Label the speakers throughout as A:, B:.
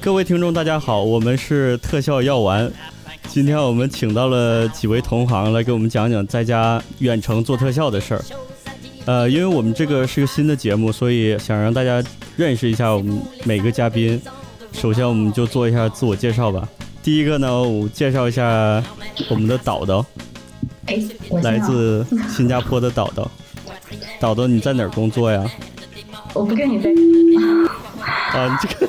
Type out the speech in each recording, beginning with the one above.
A: 各位听众，大家好，我们是特效药丸。今天我们请到了几位同行来给我们讲讲在家远程做特效的事儿。呃，因为我们这个是个新的节目，所以想让大家认识一下我们每个嘉宾。首先，我们就做一下自我介绍吧。第一个呢，我介绍一下我们的导导，
B: 哎，我
A: 来
B: 先啊
A: 自新加坡的导导。导导，你在哪儿工作呀？
B: 我不跟你在，
C: 嗯
A: 啊，你这个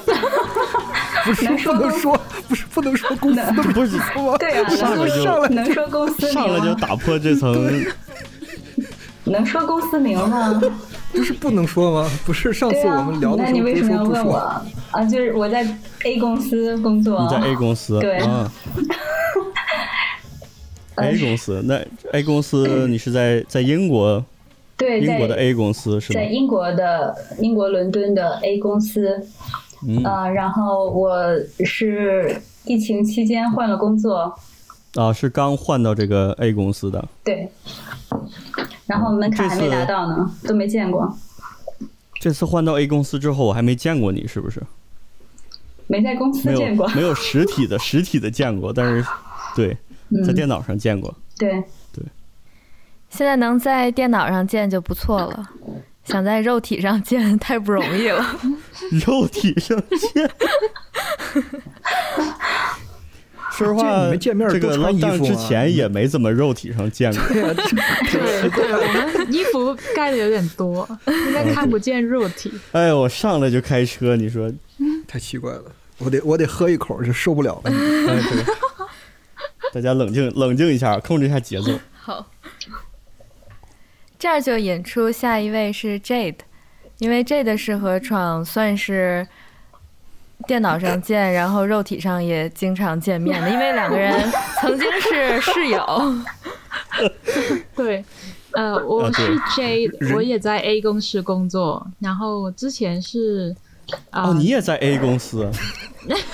C: 不是
B: 能
C: 不
B: 说
C: 能
B: 公
C: 说，不是不能说公司的
A: 不是
C: 吗？
B: 对啊，
A: 上来
B: 能
A: 就
C: 上来
B: 能说公司
A: 上来
B: 名
A: 就
B: 吗？
A: 打破这层
B: 能说公司 名吗？
C: 不是不能说吗？不是上次
B: 对
C: 我
B: 啊
C: 们聊，的
B: 那
C: 时候
B: 你为
C: 不
B: 什
C: 是
B: 么
C: 说
B: 要
C: 不
B: 问我
C: 说？
B: 啊？就是我在 A 公司工作，
A: 你在 A 公司，
B: 对
A: 啊
B: 嗯
A: ，A 公司，那 A 公司你是在在英国，
B: 对，
A: 英
B: 在
A: 国的 A 公司是吗
B: 在？英国的英国伦敦的 A 公司，
A: 嗯
B: 呃，然后我是疫情期间换了工作，
A: 啊，是刚换到这个 A 公司的。
B: 对，然后门槛还没
A: 这次
B: 达到呢，都没见过，
A: 这次换到 A 公司之后，我还没见过你，是不是？
B: 没在公司
A: 没有
B: 见过，
A: 没有实体的，实体的见过，但是对，
B: 嗯
A: 在电脑上见过。
B: 对。
D: 现在能在电脑上见就不错 了，想在肉体上见 太不容易了。
A: 肉体上见。 说实
C: 这
A: 话，
C: 你们见面
A: 这
C: 多
A: 个
C: 穿衣
A: lockdown
C: 服
A: 之
C: 啊
A: 前也没怎么肉体上见过。
C: 对呀，啊 这
E: 对对，我们 衣服盖的有点多，应该看不见肉 体。
A: 哎，我上来就开车，你说，
C: 太奇怪了。我得我得喝一口，这受不了了。
A: 哎，对，大家冷静冷静一下，控制一下节奏。
D: 好，这儿就引出下一位是 Jade，因为 Jade 的是合创算是电脑上见，然后肉体上也经常见面的，因为两个人曾经是室 友。
E: 对，呃，我是 J，
C: 啊人
E: 我也在 A 公司工作，然后之前是啊
A: 哦，，你也在 A 公司？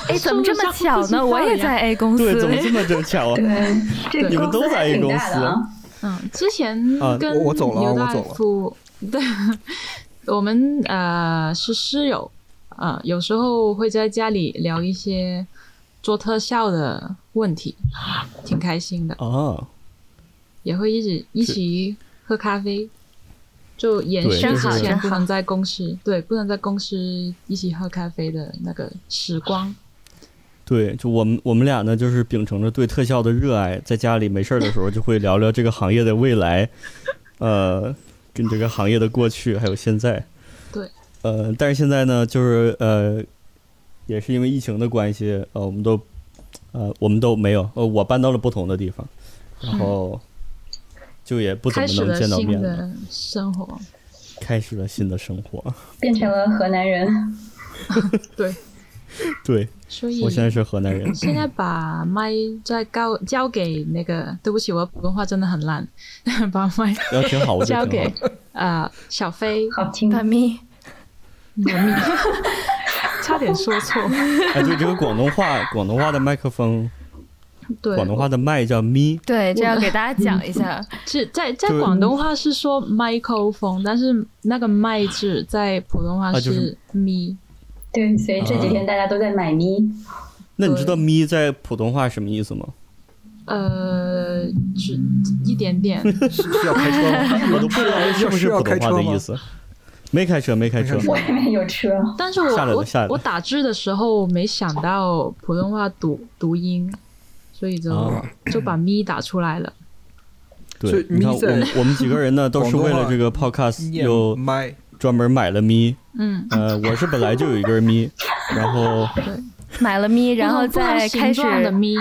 D: 哎，怎么这么巧呢？我也在 A 公
A: 对，
D: 司
A: 怎么，这么正巧啊？
B: 对，这
A: 你们
B: 公司
A: 都在
B: 还
A: A
B: 挺
A: 公
B: 大的
A: 司
B: 啊
E: 嗯，之前
A: 啊
E: 跟
C: 我我走了啊
E: 刘
C: 我
E: 大
C: 走了
E: 夫，对，我们呃是室友，呃，有时候会在家里聊一些做特效的问题，挺开心的。
A: 哦，
E: 也会一起一起喝咖啡，就延
A: 对
E: 续
A: 真
D: 好
E: 之前
D: 真
E: 不
D: 好
E: 能在公司对不能在公司一起喝咖啡的那个时光。
A: 对，就我们我们俩呢，就是秉承着对特效的热爱，在家里没事儿的时候就会聊聊这个行业的未来，呃，跟这个行业的过去还有现在。
E: 对，
A: 呃，但是现在呢，就是呃，也是因为疫情的关系，呃，我们都呃，我们都没有，呃，我搬到了不同的地方，然后就也不怎
E: 开
A: 么
E: 始
A: 能
E: 了
A: 见到
E: 新
A: 面了，
E: 的生活，
A: 开始了新的生活。
B: 变成了河南人。
E: 对，
A: 对，
E: 所以，
A: 我现在是河南人
E: 现在把麦再告交给那个，对不起，我普通话真的很烂， 把麦
A: 要挺好，我觉
E: 交
A: 得挺好
E: 给。呃小飞，
B: 好听，
D: 把咪
E: 差点说错，
A: 哎，对，这个广东话，广东话的麦克风，
E: 对，
A: 广东话的麦叫咪，
D: 对，这要给大家讲一下。
E: 是在在
A: 就是
E: 广东话是说麦克风，但是那个麦字在普通话
A: 啊就是
E: 是咪，
B: 对，所以这几天大家都在买咪，
A: 那你知道“咪”在普通话什么意思吗？
E: 呃，只一 点点，
C: 是是要开车吗？
A: 我都不知道这是不是普通话的意思。没开车，没开车
C: 没开。车
B: 我也没有车。
E: 但是
A: 下来了
E: 我我
A: 下来了
E: 我打字的时候没想到普通话读读音，所以就、
A: 啊
E: 就把咪打出来了。
C: 所
A: 对
C: 以，
A: 你看
C: 咪在
A: 我们我们几个人呢，都是为了这个
C: 你
A: podcast
C: 也
A: 又
C: 麦
A: 专门买了咪。
E: 嗯，
A: 呃，我是本来就有一根咪，然后
D: 买了咪，然后
E: 不同
D: 再开
E: 形
D: 始
E: 状的咪，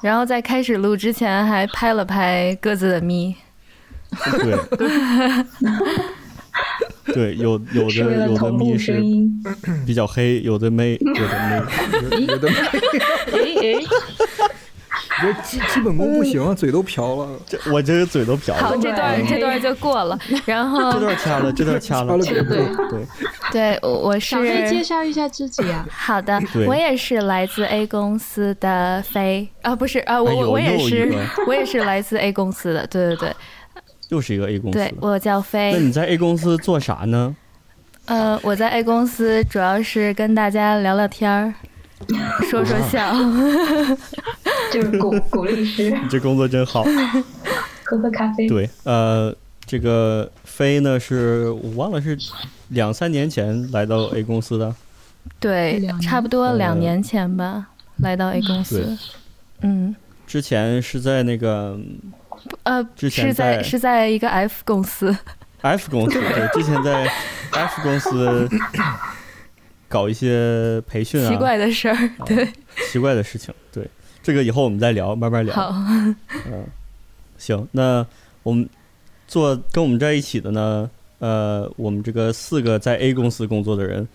D: 然后在开始录之前还拍了拍各自的咪，
A: 对。对，有有
B: 是为
A: 的
B: 了
A: 有的
B: 同步
A: 咪
B: 声
A: 是
B: 音，
A: 比较黑，有的没，有的
B: 哎
C: 有的麦，
E: 诶诶，
B: 哎
C: 这基基本功不行啊，嘴都瓢了。
A: 没。我这个嘴都瓢
D: 好，
A: 了。
D: 这段
B: 对
D: 这段就过了。然后
A: 这段掐了，这段 掐了。
C: 掐
A: 对
C: 了
A: 对，
D: 对我我
E: 小飞介
D: 是
E: 绍一下自己 啊，
D: 好的
A: 对，
D: 我也是来自 A 公司的飞啊，不是啊，我
A: 哎呦
D: 我我也
A: 又一
D: 是
A: 个
D: 我也是来自 A 公司的，对对对
A: 又是一个 A 公司
D: 对，。我叫
A: 那
D: 飞
A: 你，在 A 公司做啥呢？
D: 呃，我在 A 公司主要是跟大家聊聊天儿，说说
A: 哦
D: 笑。
B: 就是鼓鼓励师，
A: 你 这工作真好。
D: 嗯
B: 喝喝咖啡。
A: 对，呃，这个飞呢是我忘了是两三年前来到 A 公司的，
D: 对
E: 两，年
D: 差不多两年前吧，来到 A 公
A: 哦对
D: 司。嗯，
A: 之前是在那个
D: 呃，
A: 之前
D: 是
A: 在
D: 是在一个 F 公司，
A: F 公司，对，之前 在 F 公司搞一些培训啊，
D: 奇怪的事儿。对，
A: 奇怪的事情。对，这个以后我们再聊，慢慢聊。
D: 好，
A: 行，那我们坐跟我们在一起的呢，呃，我们这个四个在 A 公司工作的人，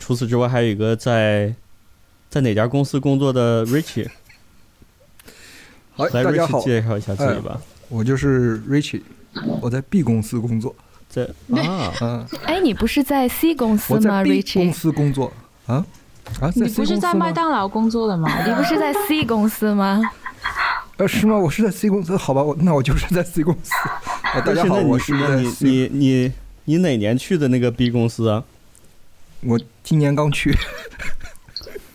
A: 除此之外还有一个在在哪家公司工作 的 Richie，
C: 好，
A: 来
C: 哎大家好哎
A: Richie，介绍一下自己吧。
C: 我就是 Richie，我在 B 公司工作。
A: 在啊，
C: 嗯，
D: 哎，你不是在 C 公司
C: 我在
D: 吗
C: B 公
D: ，Richie？
C: 司工作。啊啊，
E: 你
C: C
E: 不是
C: 公司
E: 在
C: 吗
E: 麦当劳工作的吗？
D: 你不是在 C 公司吗？
C: 呃，是 吗？我是在 C 公司，好吧，我那我就是在 C 公司。啊，大家好，我是
A: 那
C: 在
A: 你
C: C，
A: 你你你哪年去的那个 B 公司啊？
C: 我今年刚去，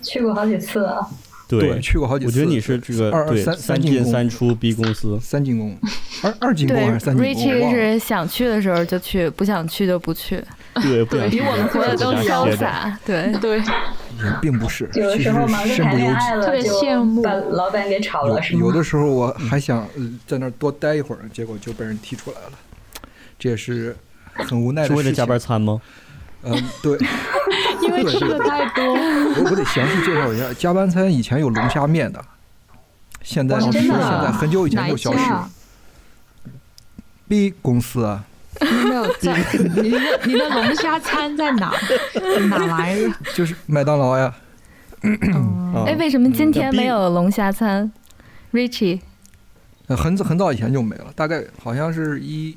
B: 去过好几次了，
C: 对，去过好几次。
A: 我觉得你是这个
C: 二二
A: 对
C: 三
A: 三
C: 进
A: 进
C: 宫
A: 三出 B 公司，
C: 三进宫， 二二进宫
D: 对
C: 还是三进宫？我
D: ，Richie
C: 忘了。
D: 是想去的时候就去，不想去就不 去，
A: 对，不想
E: 比
A: 去
E: 我们
A: 这
E: 活得
A: 个
E: 都
A: 国家
D: 潇
A: 学的
D: 洒。对，
E: 对，
C: 也并不是，
B: 有的
C: 其
B: 时候
C: 实
B: 忙着
C: 身
B: 谈
C: 不由
B: 恋
C: 己。
B: 爱了，
E: 特别
B: 就
E: 羡慕
B: 把老板给炒了，是
C: 有有
B: 吗？
C: 的时候我还想呃在那儿多待一会儿，结果就被人踢出来了，这也是很无奈的
A: 是
C: 事情。
A: 为了加班餐吗？
C: 嗯，对，
E: 因为吃的太多，
C: 我我得详细介绍一下，加班餐以前有龙虾面的，现在
B: 哦
C: 现
E: 哇真的啊
C: 在很久以前
E: 哪
C: 就
E: 一
C: 消失
E: 家。？
C: B 公司啊，
E: 你没有在，你的你的龙虾餐在哪？哪来的？
C: 就是麦当劳呀，嗯
A: 啊
D: 哎，为什么今天
A: 那 B-
D: 没有龙虾餐？Richie，
C: 呃很早很早以前就没了，大概好像是一一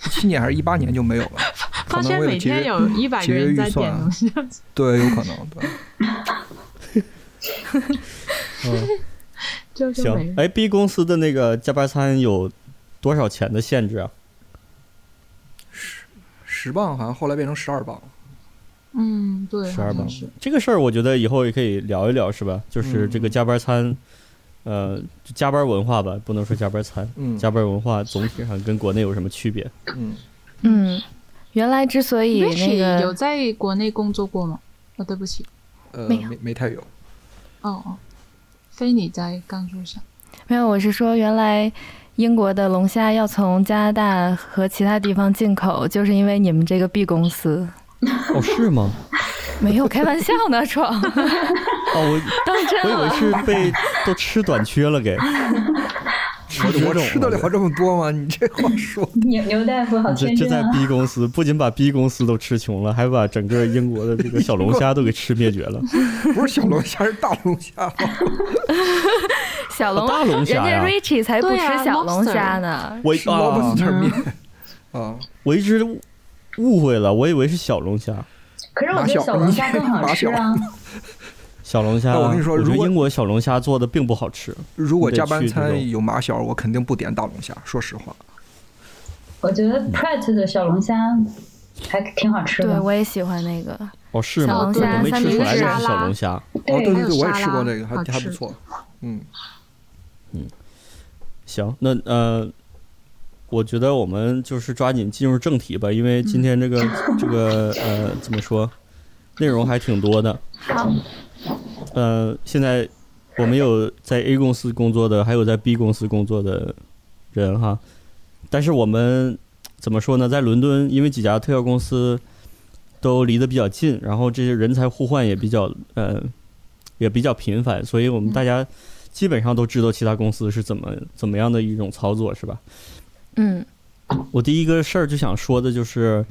C: 七年还是一八年就没有了，
E: 发现每天有一百
C: 节
E: 个
C: 约
E: 人
C: 预
E: 在
C: 算
E: 点
C: 啊
E: 东西，
C: 对，有可能，对，
E: 就就没
A: 行，
E: 了。
A: 哎，B 公司的那个加班餐有多少钱的限制啊？
C: 十磅好像后来变成十二磅，
E: 嗯，对，
A: 12
E: 好像
A: 吧
E: 是。
A: 这个事儿我觉得以后也可以聊一聊，是吧？就是
C: 嗯
A: 这个加班餐，呃，就加班文化吧，不能说加班餐，
C: 嗯，
A: 加班文化总体上跟国内有什么区别？
C: 嗯，
D: 嗯，原来之所以那
E: Richie 有
D: 个
E: 在国内工作过吗？哦，对不起，
C: 呃，
D: 没有
C: 没没太有，
E: 哦哦，非你在甘肃省，
D: 没有，我是说原来英国的龙虾要从加拿大和其他地方进口，就是因为你们这个 B 公司
A: 哦，是吗？
D: 没有开玩笑 呢，闯
A: 哦，
D: 当
A: 我我
D: 真
A: 以为
D: 了。
A: 是被都吃短缺了 给，
E: 啊
C: 我
A: 这
C: 我
A: 种
C: 吃得了这么多吗？你这话说 的，
B: 牛牛大夫好
A: 这
B: 天
A: 这
B: 真
A: 在
B: 啊！
A: B 公司不仅把 B 公司都吃穷了，还把整个英国的这个小龙虾都给吃灭绝了。
C: 不是小龙虾，是大龙虾吗？
D: 小龙，
A: 大龙
D: 人
A: 虾呀
D: 家 Richie 才不
E: 对
D: 吃
E: 啊
D: 小龙
E: lobster
D: 虾呢。
A: 我
C: 是
A: 啊
C: lobster 面
A: 哎
C: 啊，
A: 我一直误会了，我以为是小龙虾。
B: 可是我觉得小龙虾更好吃啊！
A: 小龙虾，啊
C: 那我跟你说
A: 我觉
C: 如
A: 得
C: 果
A: 英国小龙虾做的并不好吃。
C: 如果
A: 你得
C: 加班
A: 去这种
C: 餐有马小，我肯定不点大龙虾。说实话，
B: 我觉得 Pret 的小龙虾还挺好吃
D: 对，
B: 的。
D: 我也喜欢那个。
A: 哦，是
D: 小
A: 吗？
D: 龙
A: 对
D: 虾
A: 我没
D: 三
A: 吃
D: 明
A: 出来
D: 治
A: 这
E: 沙
A: 是
E: 拉
A: 小龙虾。
C: 哦，对
E: 还
C: 对对，
E: 有
C: 我也
E: 沙
C: 吃过
E: 拉
C: 这个，还还
E: 好
C: 不
E: 吃
C: 错。嗯，
A: 行，那呃，我觉得我们就是抓紧进入正题吧，因为今天这个、这个呃怎么说，内容还挺多的。
D: 好，
A: 呃，现在我们有在 A 公司工作的，还有在 B 公司工作的人哈。但是我们怎么说呢？在伦敦，因为几家特效公司都离得比较近，然后这些人才互换也比较呃也比较频繁，所以我们大家基本上都知道其他公司是怎么怎么样的一种操作，是吧？
D: 嗯，
A: 我第一个事儿就想说的就是，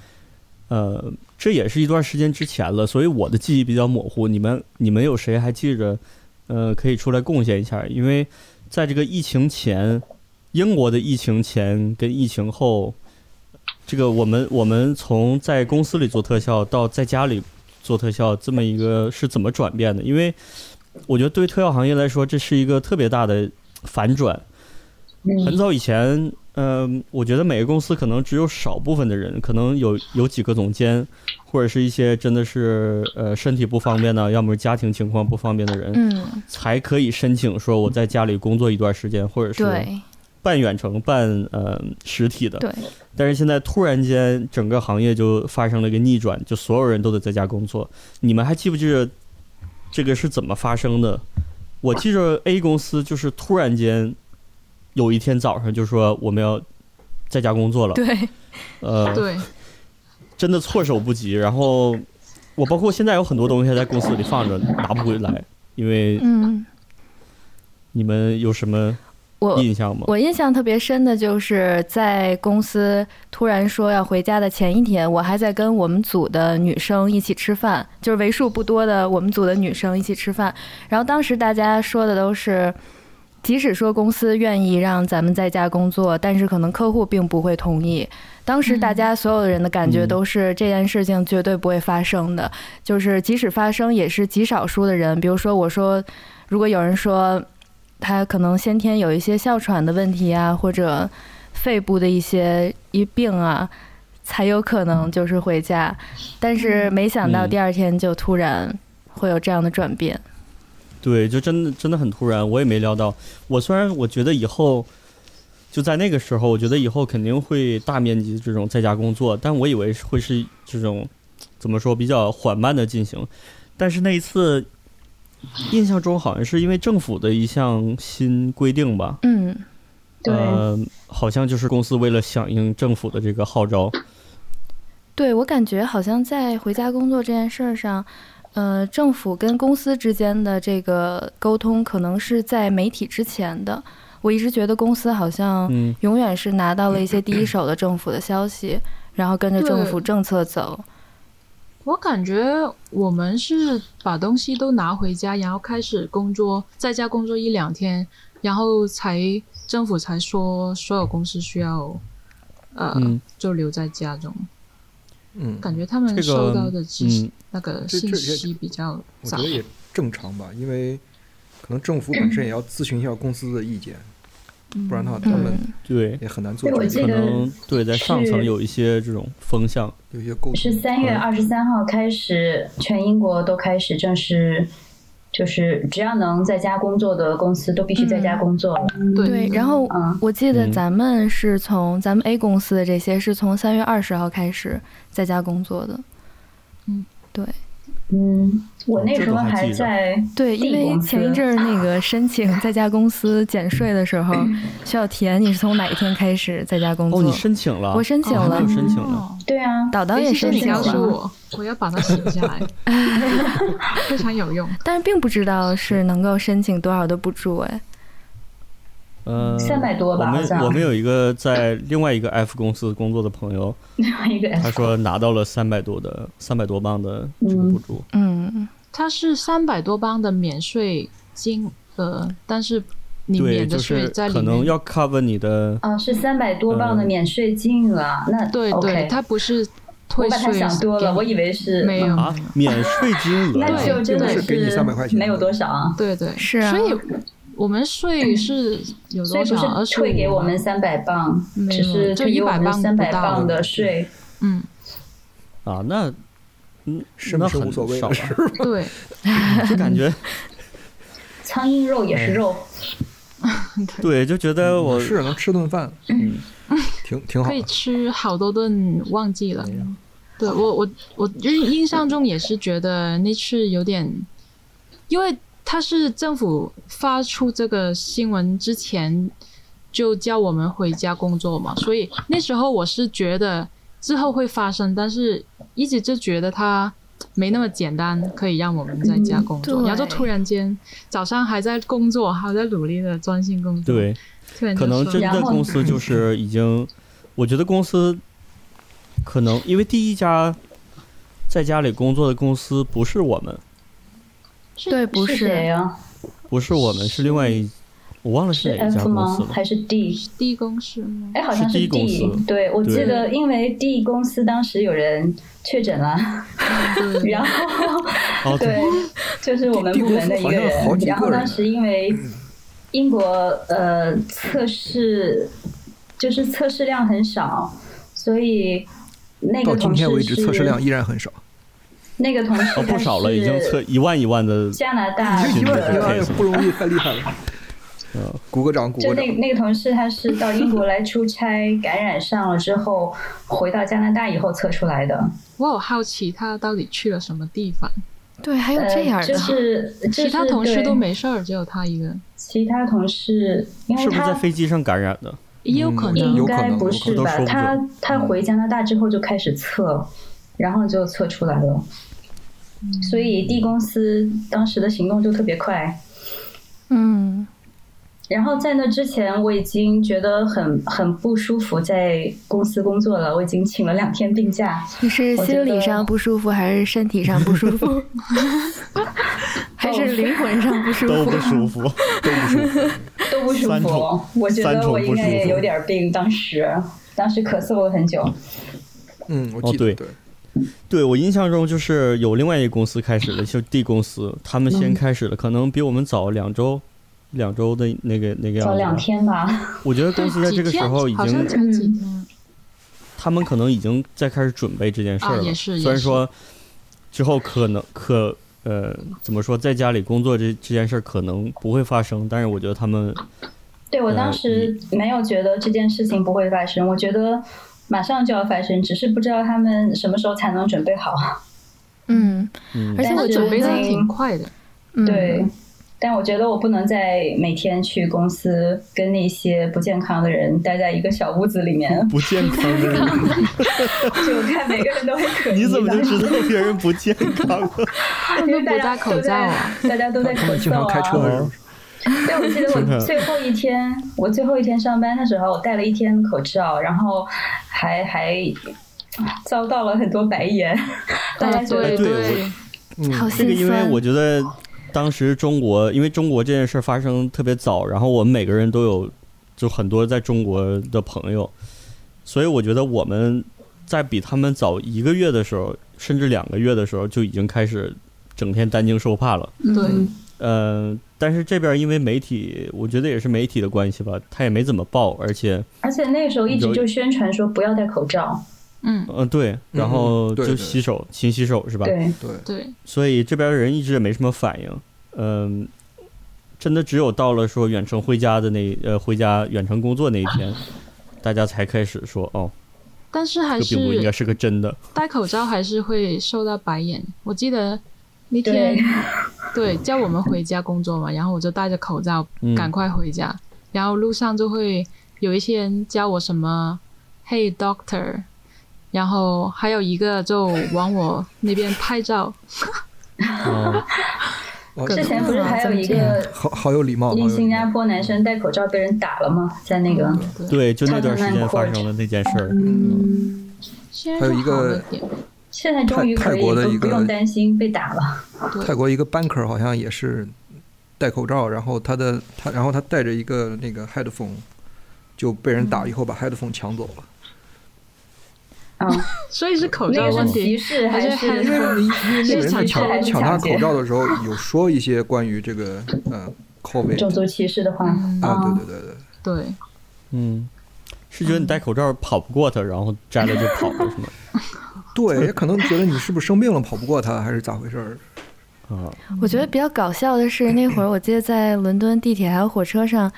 A: 呃，这也是一段时间之前了，所以我的记忆比较模糊。你们你们有谁还记着？呃，可以出来贡献一下，因为在这个疫情前，英国的疫情前跟疫情后，这个我们我们从在公司里做特效到在家里做特效这么一个是怎么转变的？因为我觉得对特效行业来说，这是一个特别大的反转。很
B: 嗯，
A: 早以前，嗯，我觉得每个公司可能只有少部分的人，可能有有几个总监，或者是一些真的是呃身体不方便的，要么是家庭情况不方便的人，
D: 嗯，
A: 才可以申请说我在家里工作一段时间，或者是
D: 对
A: 半远程、半呃实体的。
D: 对，
A: 但是现在突然间，整个行业就发生了一个逆转，就所有人都得在家工作。你们还记不记得这个是怎么发生的？我记着 A 公司就是突然间有一天早上就说我们要在家工作了，
D: 对，
C: 嗯
A: 呃，
E: 对，
A: 真的措手不及。然后我包括现在有很多东西还在公司里放着，拿不回来，因为
D: 嗯，
A: 你们有什么
D: 我
A: 印象吗？
D: 我印象特别深的就是在公司突然说要回家的前一天，我还在跟我们组的女生一起吃饭，就是为数不多的我们组的女生一起吃饭。然后当时大家说的都是，即使说公司愿意让咱们在家工作，但是可能客户并不会同意。当时大家所有的人的感觉
A: 嗯
D: 都是这件事情绝对不会发生的，就是即使发生也是极少数的人。比如说，我说如果有人说他可能先天有一些哮喘的问题啊，或者肺部的一些一病啊，才有可能就是回家。但是没想到
A: 嗯
D: 第二天就突然会有这样的转变。
A: 对，就真的真的很突然，我也没料到。我虽然我觉得以后就在那个时候，我觉得以后肯定会大面积这种在家工作，但我以为是会是这种怎么说比较缓慢的进行。但是那一次，印象中好像是因为政府的一项新规定吧，
D: 嗯，
B: 对
A: 呃，好像就是公司为了响应政府的这个号召，
D: 对我感觉好像在回家工作这件事儿上，呃，政府跟公司之间的这个沟通可能是在媒体之前的。我一直觉得公司好像
A: 嗯，
D: 永远是拿到了一些第一手的政府的消息，然后跟着政府政策走。
E: 我感觉我们是把东西都拿回家，然后开始工作，在家工作一两天，然后才政府才说所有公司需要，呃，
A: 嗯
E: 就留在家中。
C: 嗯，
E: 感觉他们
A: 这个
E: 收到的知识、
A: 嗯
E: 那个
C: 这
E: 信
C: 这也
E: 息比较
C: 我
E: 早
C: 觉得。也正常吧，因为可能政府本身也要咨询一下公司的意见，不然的话他们
D: 嗯，
A: 对，
C: 也很难做
B: 对我
C: 决
B: 记
A: 可
C: 定
B: 得。
A: 能对在上层
B: 是
A: 有一些这种风向，
C: 有些沟
B: 是
C: 通
B: 三月二十三号开始，全英国都开始正式，就是只要能在家工作的公司都必须在家工作了。
D: 对。然后
B: 嗯
D: 我记得
A: 嗯
D: 咱们是从、咱们 A 公司的这些是从三月二十号开始在家工作的。
B: 嗯，我那时候还
A: 这个
B: 在，
D: 对，因为前一阵儿 那个申请在家公司减税的时候，
B: 嗯
D: 需要填你是从哪一天开始在家工作。
A: 哦，你申请了，
D: 我申请了
A: 还没有申请呢。
E: 哦
B: 对啊，
D: 导导
E: 诶
D: 也
E: 谢谢
D: 申
E: 你
D: 请
E: 告诉
D: 了，
E: 我，我要把它写下来， 非常有用。
D: 但是并不知道是能够申请多少的补助。哎，
A: 呃，
B: 300多吧
A: 我
B: 好
A: 们
B: 像
A: 我们有一个在另外一个 F 公司工作的朋友，
B: 另外一个
A: 他说拿到了三百多的三百多磅的这个补助，
D: 嗯，
E: 它是三百多磅的免税金额，但是你
A: 对，
E: 免
A: 就
E: 的
A: 是
E: 税在里
A: 可能
E: 面。
A: 要 cover 你的，
B: 啊，是三百多磅的免税金额啊，那
E: 对
B: OK
E: 对，它不是
B: 我
E: 退
B: 把它
E: 税。
B: 想多了，我以为是
E: 没有
B: 嗯
A: 啊，免税金额
B: 那
A: 呀，
B: 就真的
E: 对
C: 是给你300块钱
B: 没有多少啊，
E: 对对，
D: 是啊
E: 所以我们税是有
B: 所以
E: 多少？啊
B: 不
E: 二
B: 是
E: 十五
B: 退给我们三百磅
E: 没，有
B: 只是
E: 就
B: 退给我
E: 100
B: 们
E: 磅
B: 三百
E: 不到
B: 磅的税，
E: 嗯，
A: 啊，那嗯，
C: 是
A: 那
C: 不是
A: 很
C: 无所谓
A: 少
C: 了？
A: 啊，
E: 对
A: 就感 觉
B: 苍蝇肉也是肉，
E: 哎
A: 对，
E: 对，
A: 就觉得我
C: 是能吃顿饭，
A: 嗯
C: 挺挺好
E: 可以
C: 的。
E: 吃好多顿，忘记了
C: 哎。呀
E: 对我我我印印象中也是觉得那次有点，因为他是政府发出这个新闻之前就叫我们回家工作嘛，所以那时候我是觉得之后会发生，但是一直就觉得它没那么简单，可以让我们在家工作，
D: 对
E: 然后就突然间早上还在工作，还在努力的专心工作，
A: 对，
E: 突然就
A: 可能
E: 说
A: 真的
B: 然后
A: 公司就是已经，我觉得公司可能因为第一家在家里工作的公司不是我们，
D: 对，不
B: 谁啊
D: 是，
B: 呀？
A: 不是我们，是另外一，我忘了
B: 是
A: 是哪一家
B: F
A: 公
B: 吗
A: 司？了。
B: 还是 D？
E: 第一公司吗？
B: 哎，好像
A: 是 D 公
B: D
A: 司。
B: 对，我记
A: 对
B: 得因为 D 公司当时有人确诊了，
E: 对
B: 然后
A: 哦，
B: 对， 就是我们部门的一个
C: 地公司
B: 人。
C: 好像好几个人
B: 然后当时因为英国呃测试就是测试量很少，所以那
C: 到
B: 个
C: 今
B: 同事
C: 天为止，
B: 是
C: 测试量依然很少，
B: 那个同事
A: 哦，不
B: 他
A: 少了，
B: 是
A: 已经测一万一万的，
B: 加拿大
A: 已经
C: 一
A: 是
C: 万
A: 的
C: 一万
A: case
C: 不容易，太厉害了。
A: 嗯
C: 鼓个掌，鼓
B: 就
C: 个掌
B: 那！那个同事，他是到英国来出差，感染上了之后，回到加拿大以后测出来的。
E: 我好好奇他到底去了什么地方，
D: 对，还有这样
B: 呃、
D: 的，
B: 就是、就是、
E: 其他同事都
B: 对，
E: 没事儿，只有他
A: 嗯
E: 一个，
B: 其他同事因为
A: 是不是在
B: 他
A: 飞机上感染的？
E: 也有可能。
C: 嗯
B: 应
C: 有可
B: 该
C: 能
B: 不
C: 有
B: 是
A: 可能
B: 吧
A: 都说？不
B: 他
A: 准嗯
B: 他回加拿大之后就开始测，然后就测出来了。
E: 嗯
B: 所以 D 公司当时的行动就特别快，
D: 嗯
B: 然后在那之前，我已经觉得很很不舒服，在公司工作了，我已经请了两天病假。
D: 你是
B: 我觉
D: 心理
B: 得
D: 上不舒服，还是身体上不舒 服，还是灵魂上不舒
A: 都
D: 服
A: 不？舒服，
C: 都不舒服，
B: 都不舒
A: 三重
B: 服，我觉
A: 三
B: 得
A: 重
B: 我应该
A: 不舒服
B: 也有点病，当时当时咳嗽了很久。
C: 嗯，我
A: 哦
C: 记得、
A: 对
C: 对，
A: 对我印象中就是有另外一个公司开始了，就是 D 公司，他们先开始了，可能比我们早两周，两周的那个那个样
B: 早
A: 子。
B: 两。天吧，
A: 我觉得公司在这个时候已
E: 好像
A: 经，
E: 才几天，
A: 他们可能已经在开始准备这件事儿了。
E: 啊也是也
A: 虽然
E: 是
A: 说之后可能可呃怎么说，在家里工作这这件事儿可能不会发生，但是我觉得他们
B: 对我
A: 呃
B: 当时没有觉得这件事情不会发生，我觉得马上就要发生，只是不知道他们什么时候才能准备好。
D: 嗯，
A: 嗯，
D: 而且
B: 但
D: 我
B: 是
D: 觉
E: 准备的
D: 得，
E: 挺快的。
D: 嗯，
B: 对，但我觉得我不能再每天去公司跟那些不健康的人待在一个小屋子里面
A: 不健康的人，
B: 就看每个人都很可疑。
A: 你怎么就
B: 当时
A: 知道别人不健康了？
E: 他们
B: 因
E: 都
B: 为
E: 不
B: 大
E: 戴
B: 家
E: 口
B: 都
E: 罩
B: 在
E: 啊，，
B: 大家都在
C: 他
B: 咳
C: 们经常
B: 嗽
C: 开车
B: 啊。
C: 的时候，
B: 对，我记得
A: 真的
B: 我最后一天，我最后一天上班的时候，我戴了一天口罩，然后还还遭到了很多白眼。 大家觉
E: 哦呃对
B: 得
A: 哎对
E: 对，
D: 好
A: 这个
D: 心
A: 因为
D: 酸。啊
A: 我觉得当时中国，因为中国这件事儿发生特别早，然后我们每个人都有就很多在中国的朋友，所以我觉得我们在比他们早一个月的时候，甚至两个月的时候就已经开始整天担惊受怕了。
E: 对
C: 嗯
A: 呃，但是这边因为媒体，我觉得也是媒体的关系吧，他也没怎么报，而且，
B: 而且那个时候一直就宣传说不要戴口罩，
E: 嗯
A: 嗯、对，然后
C: 对
A: 就
C: 对
A: 洗手，勤洗手是吧？
B: 对，
C: 对，
E: 对，
A: 所以这边人一直也没什么反应。嗯，真的只有到了说远程回家的那呃回家远程工作那一天，大家才开始说哦，
E: 但是还
A: 这病毒应该
E: 是
A: 是个真的。
E: 戴口罩还是会受到白眼。我记得那天
B: 对，
E: 对叫我们回家工作嘛，然后我就戴着口罩
A: 嗯
E: 赶快回家，然后路上就会有一些人叫我什么 “Hey Doctor”，然后还有一个就往我那边拍照，
A: 嗯，
C: 哦嗯
E: 各
B: 之
E: 种
B: 前不是还有一个
C: 好好有礼貌，好有
B: 一新
C: 礼
B: 加
C: 貌。
B: 坡男生戴口罩被人打了吗？在那个
E: 对，
A: 对，就那段时间发生的那件事儿，
C: 嗯，
E: 现在
C: 还有
E: 就
C: 一个
E: 好了点，
B: 现在终于
C: 泰
B: 可
C: 泰
B: 以
C: 国的一
B: 不
C: 个
B: 不用担心被打了。
E: 对
C: 泰国一个 banker 好像也是戴口罩，然后他的他，然后他戴着一个那个 headphone，就被人打以后把 headphone 抢走了。
B: 啊，
E: 所以是口罩
B: 那个
E: 问
B: 是歧
E: 题，
B: 视还
E: 还
B: 是
E: 是还是
C: 那个
E: 是
C: 人在
E: 抢
B: 抢
C: 抢
B: 劫还是
C: 抢他
B: 抢劫
C: 口罩的时候，有说一些关于这个呃 covid
B: 种族歧视的话
E: 嗯？
C: 啊，
B: 啊，
C: 对对对对，
E: 对，
A: 嗯，是觉得你戴口罩跑不过他，然后摘了就跑了是吗？
C: 对，也可能觉得你是不是生病了跑不过他，还是咋回事儿？
A: 啊，
D: 我觉得比较搞笑的是，那会儿我记得在伦敦地铁还有火车上，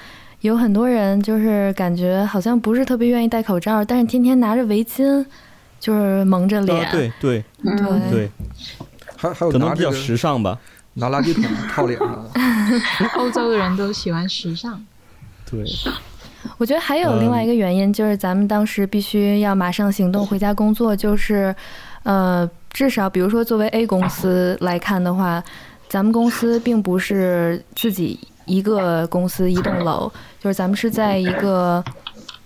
D: 有很多人就是感觉好像不是特别愿意戴口罩，但是天天拿着围巾，就是蒙着脸。
A: 啊对对
D: 对
A: 对，
C: 还还有
A: 可能
C: 拿
A: 比
C: 这
A: 较
C: 个
A: 时尚吧。
C: 拿垃圾桶套脸上，
E: 欧洲的人都喜欢时尚，
A: 对，
D: 我觉得还有另外
A: 嗯
D: 一个原因，就是咱们当时必须要马上行动回家工作，就是，呃，至少比如说作为 A 公司来看的话，咱们公司并不是自己一个公司一栋楼，就是咱们是在一个。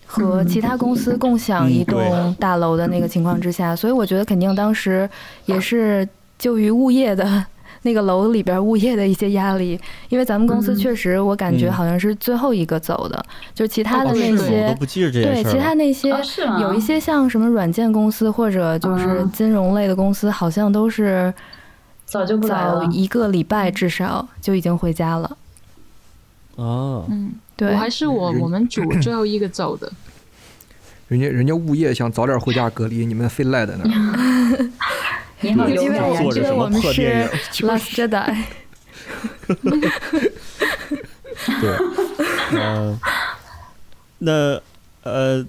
D: 和其他公司共享一栋
A: 嗯
D: 大楼的那个情况之下，所以我觉得肯定当时也是就于物业的那个楼里边物业的一些压力，因为咱们公司确实我感觉
A: 嗯
D: 好像是最后一个走的，就是其他的
A: 哦是
D: 那
A: 吗？我
D: 些
A: 都不记得这件
D: 对
A: 事
D: 其他
A: 儿了。
D: 那些
B: 哦是吗
D: 有一些像什么软件公司或者就是
B: 嗯
D: 金融类的公司，好像都是
B: 早就不来
D: 早
B: 了。
D: 一个礼拜至少就已经回家了。
A: 啊，
E: 嗯，
D: 对
E: 我，还是我我们组最后一个走的，
C: 人家人家物业想早点回家隔离，你们非赖在那儿。
B: 你好，刘
D: 因为
B: 大
A: 做
B: 爷，
A: 着什么破电影儿？
D: Last Jedi，
A: 对，嗯、那呃，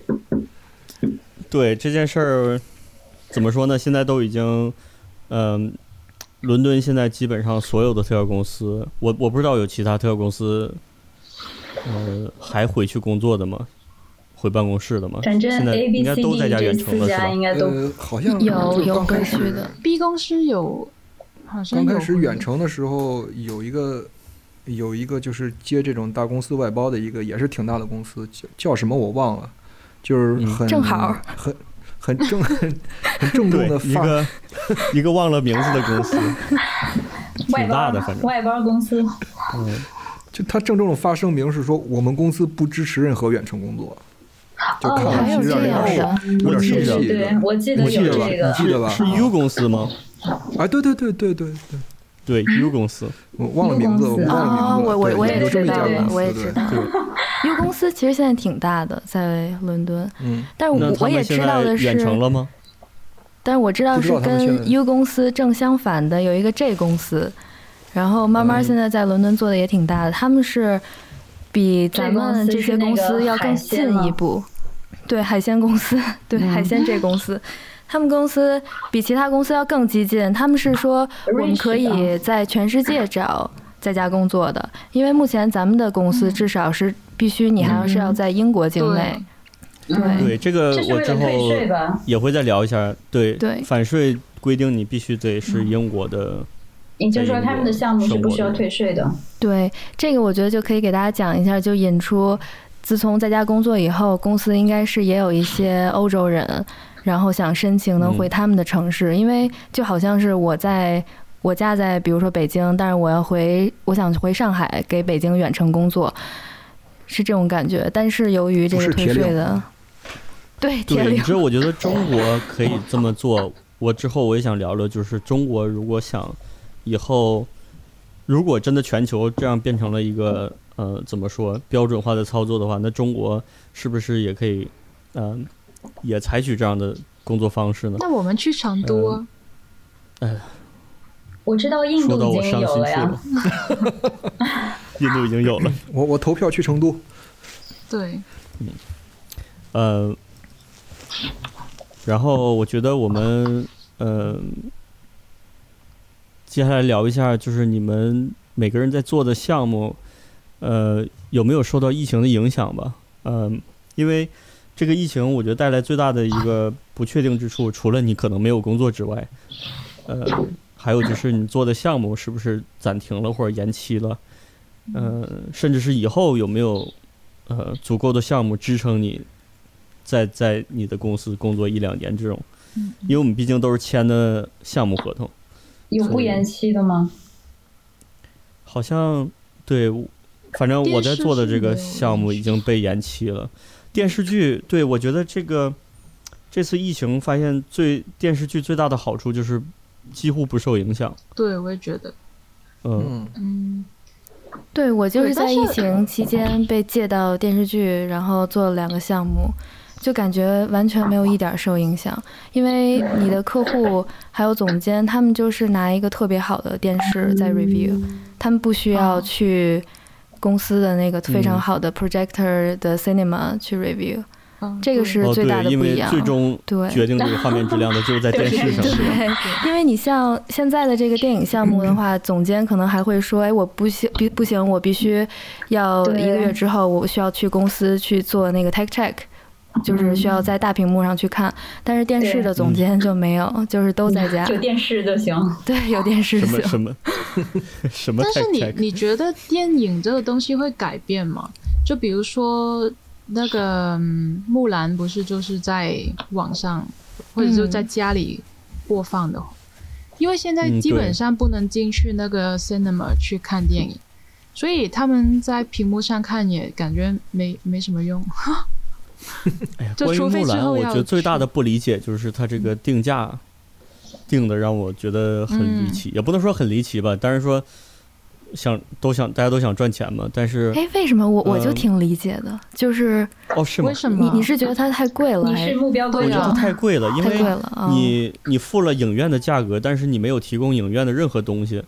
A: 对这件事儿怎么说呢？现在都已经，嗯、伦敦现在基本上所有的特效公司，我我不知道有其他特效公司，呃，还回去工作的吗？回办公室的吗？
B: 反正
A: 现在
B: A
A: 应
B: B
A: 该
B: C
A: 都
B: D
A: 在家
B: 这
A: 远程
B: 四
A: 了，是
B: 家
A: 吧？
B: 应该都
D: 嗯
C: 呃，好像
D: 有
C: 就
D: 有
C: 刚开
D: 回去
C: 始
D: 的
E: B 公司有，好像
C: 刚开
E: 有
C: 始远程的时候，有一个有一个就是接这种大公司外包的一个，也是挺大的公司，叫叫什么我忘了，就是
A: 嗯
C: 很
D: 正好
C: 很很郑很很郑重
A: 对
C: 的，
A: 一
C: 发
A: 个一个忘了名字的公 司，
B: 外
A: 挺大
B: 包
A: 的，反正
B: 外包公司，
C: 就他郑重的发声明是说，我们公司不支持任何远程工作，就
A: 啊
C: 看
B: 哦
C: 了
D: 还有
C: 其实让
D: 这
C: 人
D: 样
C: 有
D: 的，
C: 有点
A: 是
C: 生
A: 的
B: 对对
C: 气。
B: 对，我记得
C: 你记
B: 有
C: 得吧？
B: 这个
C: 你，记得吧？
A: 是 U 公司吗？
C: 啊，对对对对对对，
A: 对 U 公
B: 嗯
A: 司，
C: 我忘了名字，我
B: 公司
C: 忘了
D: 哦，
C: 名字。
D: 我我
C: 对
D: 我
C: 有
D: 也
C: 这么
D: 知
C: 一家
D: 道了
C: 公，司
D: 我也
C: 对
D: 知道
A: 对。
D: U 公司其实现在挺大的，在伦敦，
C: 嗯，
D: 但是
A: 那
D: 我
A: 他
D: 我也
A: 们现
D: 知
A: 在
D: 道的
A: 远
D: 是，
A: 程了吗？
D: 但是我知道
C: 不知
D: 是
C: 道他们现在
D: 跟 U 公司正相反的，有一个 J 公司，然后慢慢
C: 嗯
D: 现在在伦敦做的也挺大的，他们是比咱们这些公司要更进一步。对海鲜公司， 对海鲜这公司，他们公司比其他公司要更激进。他们是说，我们可以在全世界找 在家工作的，因为目前咱们的公司至少是必须你还要是要在英国境内。对
A: 对，这个
B: 这是
A: 我
B: 为
A: 之
B: 了退
A: 后
B: 税吧？
A: 也会再聊一下。对，
D: 对
A: 反税规定你必须得
B: 嗯
A: 是英国 的，
B: 也就是
A: 哎
B: 说，他们的项目是不需要退税的。
D: 对，这个我觉得就可以给大家讲一下，就引出，自从在家工作以后，公司应该是也有一些欧洲人，然后想申请能回
A: 嗯
D: 他们的城市，因为就好像是我在我家在比如说北京，但是我要回我想回上海给北京远程工作，是这种感觉。但是由于这
C: 不
D: 个
C: 是
D: 退
C: 铁
D: 税
C: 岭
D: 的，对铁
A: 对，你
D: 岭，
A: 知道，我觉得中国可以这么做。我之后我也想聊聊，就是中国如果想以后，如果真的全球这样变成了一个呃怎么说标准化的操作的话，那中国是不是也可以嗯、呃也采取这样的工作方式呢？
E: 那我们去成都
C: 嗯
E: 啊，
B: 我知道印
A: 说到
B: 度
A: 我
B: 已经
A: 伤
B: 有
A: 心处
B: 了呀
A: 了，，印度已经有了。
C: 我我投票去成都。
E: 对，
A: 呃，然后我觉得我们呃，接下来聊一下，就是你们每个人在做的项目，呃，有没有受到疫情的影响吧？嗯、因为这个疫情，我觉得带来最大的一个不确定之处，除了你可能没有工作之外，呃，还有就是你做的项目是不是暂停了或者延期了？呃，甚至是以后有没有呃足够的项目支撑你在在你的公司工作一两年这种，
E: 嗯
A: 因为我们毕竟都是签的项目合同，
B: 有不延期的吗？
A: 好像对，反正我在做的这个
E: 电视剧
A: 项目已经被延期了。电视剧，对我觉得这个这次疫情发现最电视剧最大的好处就是几乎不受影响。
E: 对，我也觉得，
A: 嗯，
C: 嗯，
E: 嗯，
D: 对我就
E: 对
D: 是
E: 但
D: 在疫
E: 是
D: 情期间被借到电视剧，然后做了两个项目，就感觉完全没有一点儿受影响，因为你的客户还有总监他们就是拿一个特别好的电视在 review，他们不需要
E: 哦
D: 去公司的那个非常
A: 嗯
D: 好的 projector 的 cinema 去 review，
E: 嗯
D: 这个是
A: 哦
D: 最大
A: 对，
D: 的
A: 因
D: 不一
A: 为
D: 样
A: 最。终
D: 对
A: 决定这个画面质量的就是在电视上，是吧？
D: 对，因为你像现在的这个电影项目 的话，总监可能还会说：“哎，我不行，必不行，我必须要
B: 对
D: 一个月之后，我需要去公司去做那个 tech check。”就是需要在大屏幕上去
A: 嗯
D: 看，但是电视的总监就没有，就是都在家。
B: 有电视就行。
D: 对，有电视
A: 什么
D: 行。
A: 什么什么
E: 但是
A: tech
E: 你
A: check
E: 你觉得电影这个东西会改变吗？就比如说那个、嗯木兰，不是就是在网上或者就在家里播放的，因为现在
A: 嗯
E: 基
A: 对
E: 本上不能进去那个 cinema 去看电影，所以他们在屏幕上看也感觉没没什么用。
A: 哎呀，
E: 就
A: 关于
E: 除非
A: 木
E: 之
A: 兰，
E: 后
A: 我
E: 要
A: 觉得最大
E: 去
A: 的不理解就是它这个定价定的让我觉得很离
E: 嗯
A: 奇，也不能说很离奇吧，但是说想都想大家都想赚钱嘛，但是
D: 哎，为什么我我就
A: 嗯
D: 挺理解的，就是
A: 哦是吗
E: 为？什么？
D: 你你是觉得它太贵了，
B: 你
D: 还
B: 是目标
A: 我
B: 贵
A: 觉得
B: 了，
A: 太贵了，因
D: 太贵
A: 为
D: 了啊？
A: 你你付了影院的价格，但是你没有提供影院的任何东西，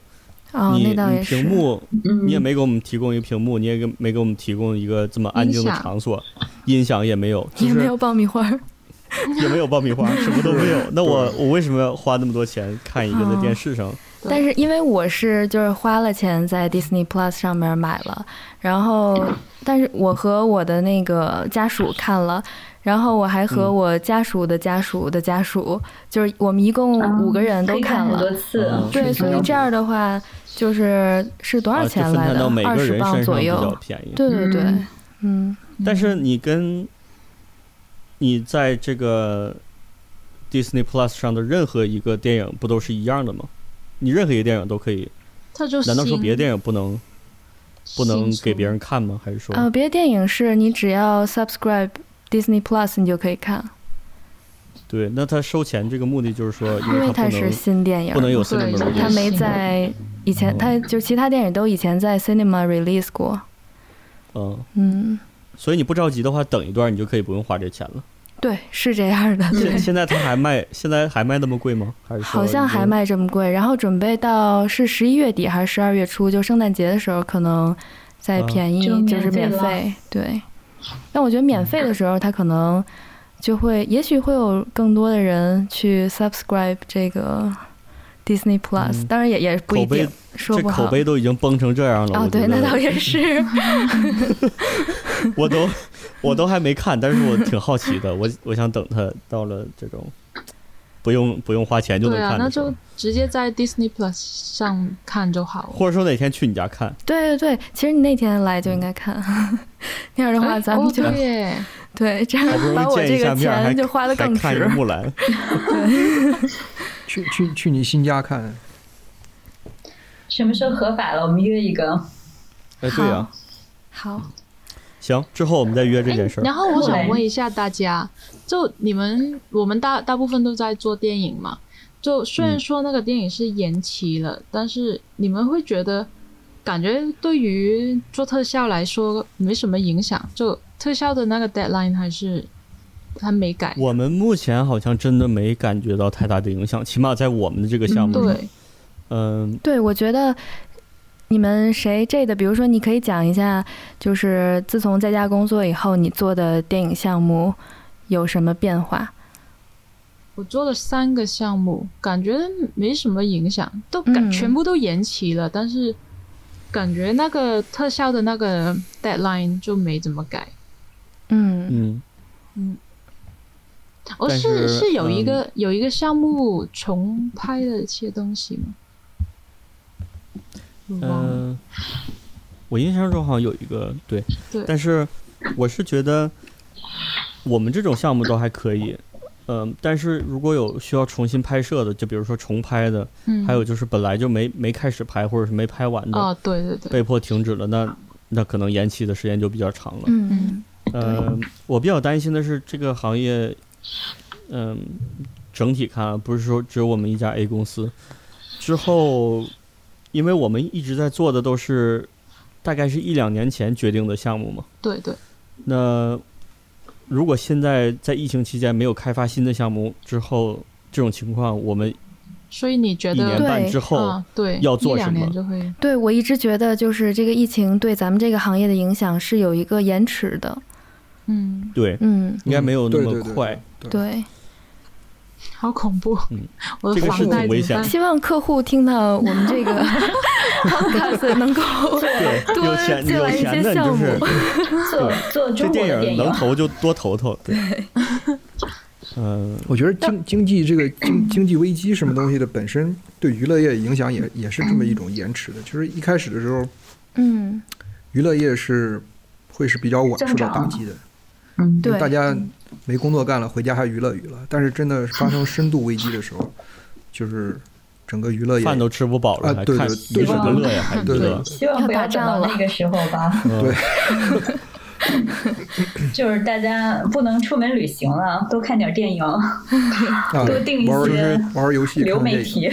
D: 哦，
A: 你
D: 那倒
A: 你
D: 也
A: 屏
D: 是。
A: 幕
B: 嗯，
A: 你也没给我们提供一个屏幕，你也给没给我们提供一个这么安静的
E: 音响
A: 场所，音响也没有，就
D: 也
A: 是
D: 没有爆米花儿，
A: 也没有爆米花，什么都没有。那我我为什么要花那么多钱看一个在电视上？
E: 对
D: 但是因为我是就是花了钱在 Disney Plus 上面买了，然后但是我和我的那个家属看了，然后我还和
A: 嗯
D: 我家属的家属的家属，就是我们一共
B: 嗯
D: 五个人都
B: 可以看
D: 了
B: 很，多次啊，
A: 嗯
D: 对，所以这样的话就是是多
A: 啊，
D: 少
A: 就
D: 钱
A: 分
D: 来
A: 摊
D: 的
A: 到每？
D: 二
A: 个
D: 十
A: 人
D: 磅
A: 身上
D: 左
A: 比较
D: 右。
A: 便宜。
D: 对对对，
B: 嗯
D: 嗯，
A: 但是你跟你在这个 Disney Plus 上的任何一个电影不都是一样的吗？你任何一个电影都可以，
E: 他就
A: 难道说
E: 新
A: 别的电影不能不能
E: 新出
A: 给别人看吗？还是说
D: 呃，别的电影是你只要 subscribe Disney Plus 你就可以看，
A: 对？那他收钱这个目的就是说，因
D: 啊因为
A: 为他
D: 它
A: 不
D: 是
A: 能
D: 新电
A: 不能
D: 影，
A: 有 cinema
E: 对
A: release
D: 它没在以前，
A: 嗯
D: 它就其他电影都以前在 cinema release 过，
A: 嗯，
D: 嗯，
A: 所以你不着急的话，等一段你就可以不用花这钱了。
D: 对，是这样
B: 嗯
D: 的，对
A: 现。现在他还卖，现在还卖那么贵吗？还是说
D: 好像
A: 已经
D: 还卖这么贵，然后准备到是十一月底还是十二月初，就圣诞节的时候可能再
A: 啊
D: 便
B: 嗯
D: 宜，
B: 就免
D: 就是
B: 费
D: 免
B: 了
D: 费。对，但我觉得免费的时候，它可能就会，也许会有更多的人去 subscribe 这个 Disney Plus，、
A: 嗯
D: 当然也也不一
A: 口碑
D: 定，说
A: 这
D: 不好
A: 口。碑都已经崩成这样了，
D: 啊、
A: 我觉
D: 对，
A: 得
D: 那倒也是，
A: 我都 我都还没看，但是我挺好奇的，我我想等它到了这种不用不用花钱就能
E: 对啊，
A: 看
E: 那
A: 的时候，
E: 就直接在 Disney Plus 上看就好了。
A: 或者说哪天去你家 看，
D: 对对对，其实你那天来就应该看， 那样的话
E: 哎
D: 咱们
E: 哦
D: 就、
E: 对 耶，
D: 对这
A: 好不
D: 样把
A: 容易
D: 我
A: 见
D: 这
A: 一下
D: 个
A: 面儿，还
D: 钱就花的
A: 还
D: 更值。
A: 看一个木兰，
C: 去去去你新家看，
B: 什么时候合法了？我们约一个。
A: 哎，对呀、
D: 好好，
A: 行，之后我们再约这件事儿。
D: 哎
E: 然后我想
B: 对
E: 问一下大家，就你们我们大大部分都在做电影嘛，就虽然
A: 嗯
E: 说那个电影是延期了，但是你们会觉得感觉对于做特效来说没什么影响，就特效的那个 deadline 还是还没改。
A: 我们目前好像真的没感觉到太大的影响，起码在我们的这个项目上，
E: 对，
A: 嗯，
D: 对，我觉得你们谁这的，比如说，你可以讲一下，就是自从在家工作以后，你做的电影项目有什么变化？
E: 我做了三个项目，感觉没什么影响，都感、
D: 嗯
E: 全部都延期了，但是感觉那个特效的那个 deadline 就没怎么改。
D: 嗯
A: 嗯，
E: 哦，
A: 但
E: 是
A: 是
E: 是有一
A: 嗯
E: 个、有一个项目重拍了一些东西吗？我忘了。
A: 嗯，我印象中好像有一个对，
E: 对
A: 但是我是觉得我们这种项目都还可以，嗯、但是如果有需要重新拍摄的，就比如说重拍的，
E: 嗯，
A: 还有就是本来就没没开始拍或者是没拍完的，
E: 哦，对对对，
A: 被迫停止了，那那可能延期的时间就比较长了。
D: 嗯
A: 嗯，我比较担心的是这个行业，嗯、整体看啊不是说只有我们一家 A 公司。之后，因为我们一直在做的都是大概是一两年前决定的项目嘛，
E: 对对，
A: 那如果现在在疫情期间没有开发新的项目，之后这种情况，我们
E: 所以你觉
A: 一年
E: 得
A: 半
D: 对嗯
A: 之后
E: 啊，对，
A: 要做
E: 一
A: 什
E: 两年
A: 么
E: 就会
D: 对我一直觉得，就是这个疫情对咱们这个行业的影响是有一个延迟的。
E: 嗯，
A: 对，
D: 嗯，
A: 应该没有那
C: 对
A: 么
C: 对对
A: 快。
C: 对对
D: 对，
E: 好恐怖，
A: 嗯
E: 我
A: 这
E: 的
A: 个
E: 房
A: 是
E: 贷
A: 挺
E: 怎
A: 危
E: 么
A: 险
E: 办
A: 的
D: 希望客户听到我们这个 podcast 能够
A: 对，
D: 多
A: 有钱
D: 进
A: 有
D: 来一
A: 钱
D: 些
A: 的你就
D: 项
A: 是
D: 目。
B: 做
A: 对
B: 做
A: 这
B: 中国
A: 电
B: 的
A: 影
B: 电
A: 能
B: 影，
A: 投就多投投，对， 嗯、
C: 我觉得经经济这个经经济危机什么东西的本身对娱乐业影响也也是这么一种延迟的，就是一开始的时候，
D: 嗯，
C: 娱乐业是会是比较晚受到打击的，
B: 嗯，
D: 对，
C: 大家没工作干了，回家还娱乐娱乐。但是真的发生深度危机的时候，就是整个娱乐业
A: 饭都吃不饱了，
C: 啊
A: 还
C: 对
A: 看
C: 对
A: 你
C: 对
A: 什么
B: 对
A: 乐呀？还娱
C: 对
A: 乐？
B: 希望不要等到那个时候吧。
A: 嗯
C: 对
B: 就是大家不能出门旅行了，多看点电影，
C: 啊，
B: 多订一
C: 玩
B: 些
C: 玩玩游戏、
B: 流
C: 看
B: 媒
C: 电影，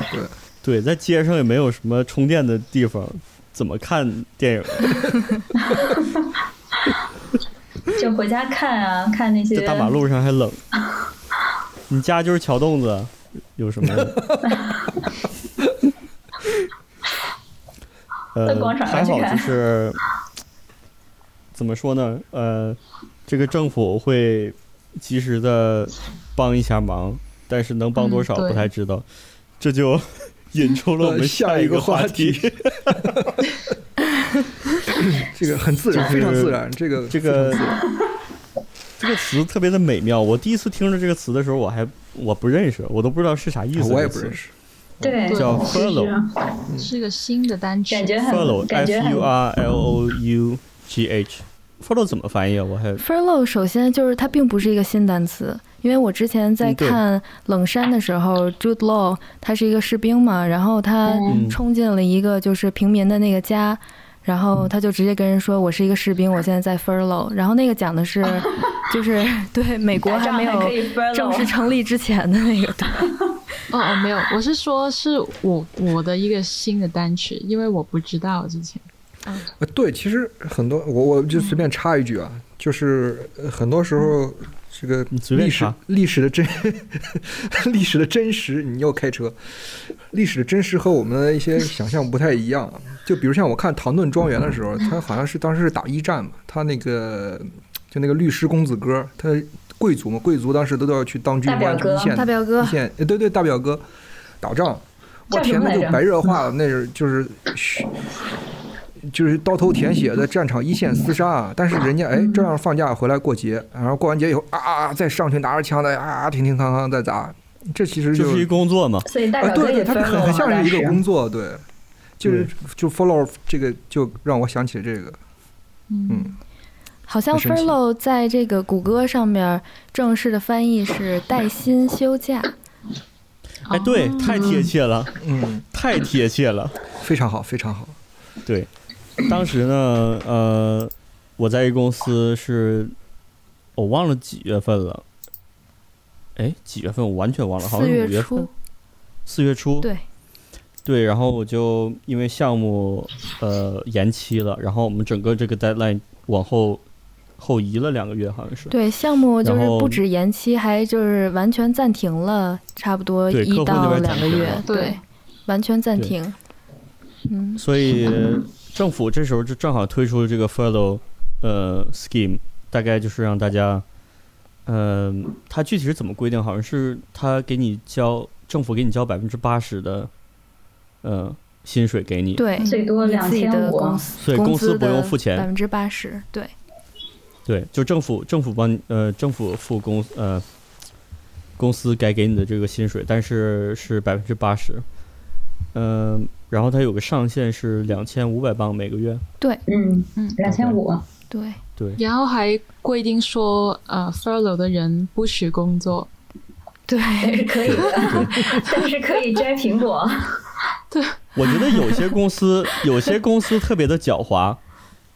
B: 体。
A: 对，在街上也没有什么充电的地方，怎么看电影？
B: 就回家看啊，看那些
A: 这大马路上还冷，你家就是桥洞子，有什么？呃
B: 在广，场
A: 还
B: 上去
A: 好
B: 看
A: 就是怎么说呢？呃，这个政府会及时的帮一下忙，但是能帮多
E: 嗯
A: 少
E: 对
A: 不太知道，这就 引出了我们
C: 呃下
A: 一
C: 一个
A: 话
C: 话题这个很自然，
A: 就是
C: 非常自然。这个
A: 这个 这个词特别的美妙。我第一次听着这个词的时候，我还我不认识，我都不知道是啥意思。
C: 啊我也
A: 这
C: 不
A: 个词
C: 认。识。
B: 对，
E: 对
A: 叫
B: 就是啊
A: follow
E: 是一个新的单曲
B: 感，觉很
A: Follow
B: 感
A: F
B: 觉很
A: U R L O U G H follow 怎么翻译啊？我还
D: Furlough 首先就是它并不是一个新单词，因为我之前在
A: 嗯对
D: 看《冷杉》的时候、j u d e Law 他是一个士兵嘛，然后他
A: 嗯
D: 冲进了一个就是平民的那个家，然
A: 嗯
D: 后他就直接跟人说：“我是一个士兵，我现在在 Furlough。”然后那个讲 的是，就是对美国
B: 打
D: 还
B: 仗
D: 没
B: 还可
D: 有
B: 以 follow
D: 正式成立之前的那个，对
E: 哦哦，没有，我是说是我我的一个新的单曲，因为我不知道之前。
C: 呃，对，其实很多我我就随
A: 嗯
C: 便插一句啊，就是呃很多时候这个
A: 你随便
C: 历史
A: 插
C: 历史的真 历史的真实，你又开车，历史的真实和我们的一些想象不太一样啊。就比如像我看《唐顿庄园》的时候，他好像是当时是打一战嘛，他那个就那个律师公子哥，他贵族嘛，贵族当时都要去当军
B: 大
C: 官，
B: 表哥
C: 一
A: 嗯
C: 线
D: 大表哥
C: 一。线，呃对对，大表哥打仗，我
B: 叫什
C: 天
B: 么来
C: 呐，就
B: 着
C: 白热化了，那是就是嘘就是刀头舔血的战场一线厮杀啊！但是人家哎照样放假回来过节，然后过完节以后啊啊啊，再上去拿着枪的啊啊，挺挺康康再砸，这其实
A: 这是一工作嘛？
B: 所以大
C: 啊
B: 表哥
C: 对
B: 也
C: 对，它
B: follow
C: 很很像
B: 当
C: 是一
B: 时
C: 个工作，对，就是
A: 对
C: 就 follow 这个就让我想起这个，嗯，
D: 好像
C: 很神奇
D: furlough 在这个谷歌上面正式的翻译是带薪休假，
B: 哦
A: 哎，对，太贴切了，
C: 嗯，
A: 太贴切了。
C: 非常好，非常好，
A: 对，当时呢，呃，我在一公司是，我忘了几月份了。哎，几月份我完全忘了，好像是
D: 四
A: 五
D: 月
A: 月份
D: 初，，
A: 四月初。
D: 对，
A: 对，然后我就因为项目呃延期了，然后我们整个这个 deadline 往后后移了两个月，好像是。
D: 对，项目就是
A: 然后
D: 不止延期，还就是完全暂停了，差不多
A: 对客户
D: 一
A: 那
D: 到
A: 边
D: 两个
A: 暂停
D: 月
A: 了，
D: 对，
E: 对
D: 完全暂停。嗯，
A: 所以政府这时候就正好推出了这个 furlough 呃 scheme，大概就是让大家，嗯、它具体是怎么规定？好像是他给你交政府给你交百分之八十的，呃，薪水给你，
D: 对，
B: 最多
D: 你自己
B: 2500
D: 的公司，
A: 所以公司
D: 司
A: 不用付钱
D: 百分之八十，对，
A: 对，就政府政府帮你呃政府付公呃公司该给你的这个薪水，但是是百分之八十，嗯、然后它有个上限是两千五百磅每个月，
B: 嗯
E: 嗯，
B: 两千五，
D: 对，
A: 对，
E: 然后还规定说，呃，furlough 的人不许工作。
D: 对，
B: 但是可以的，但是可以摘苹果。
A: 我觉得有些公 司，有些公司特别的狡猾，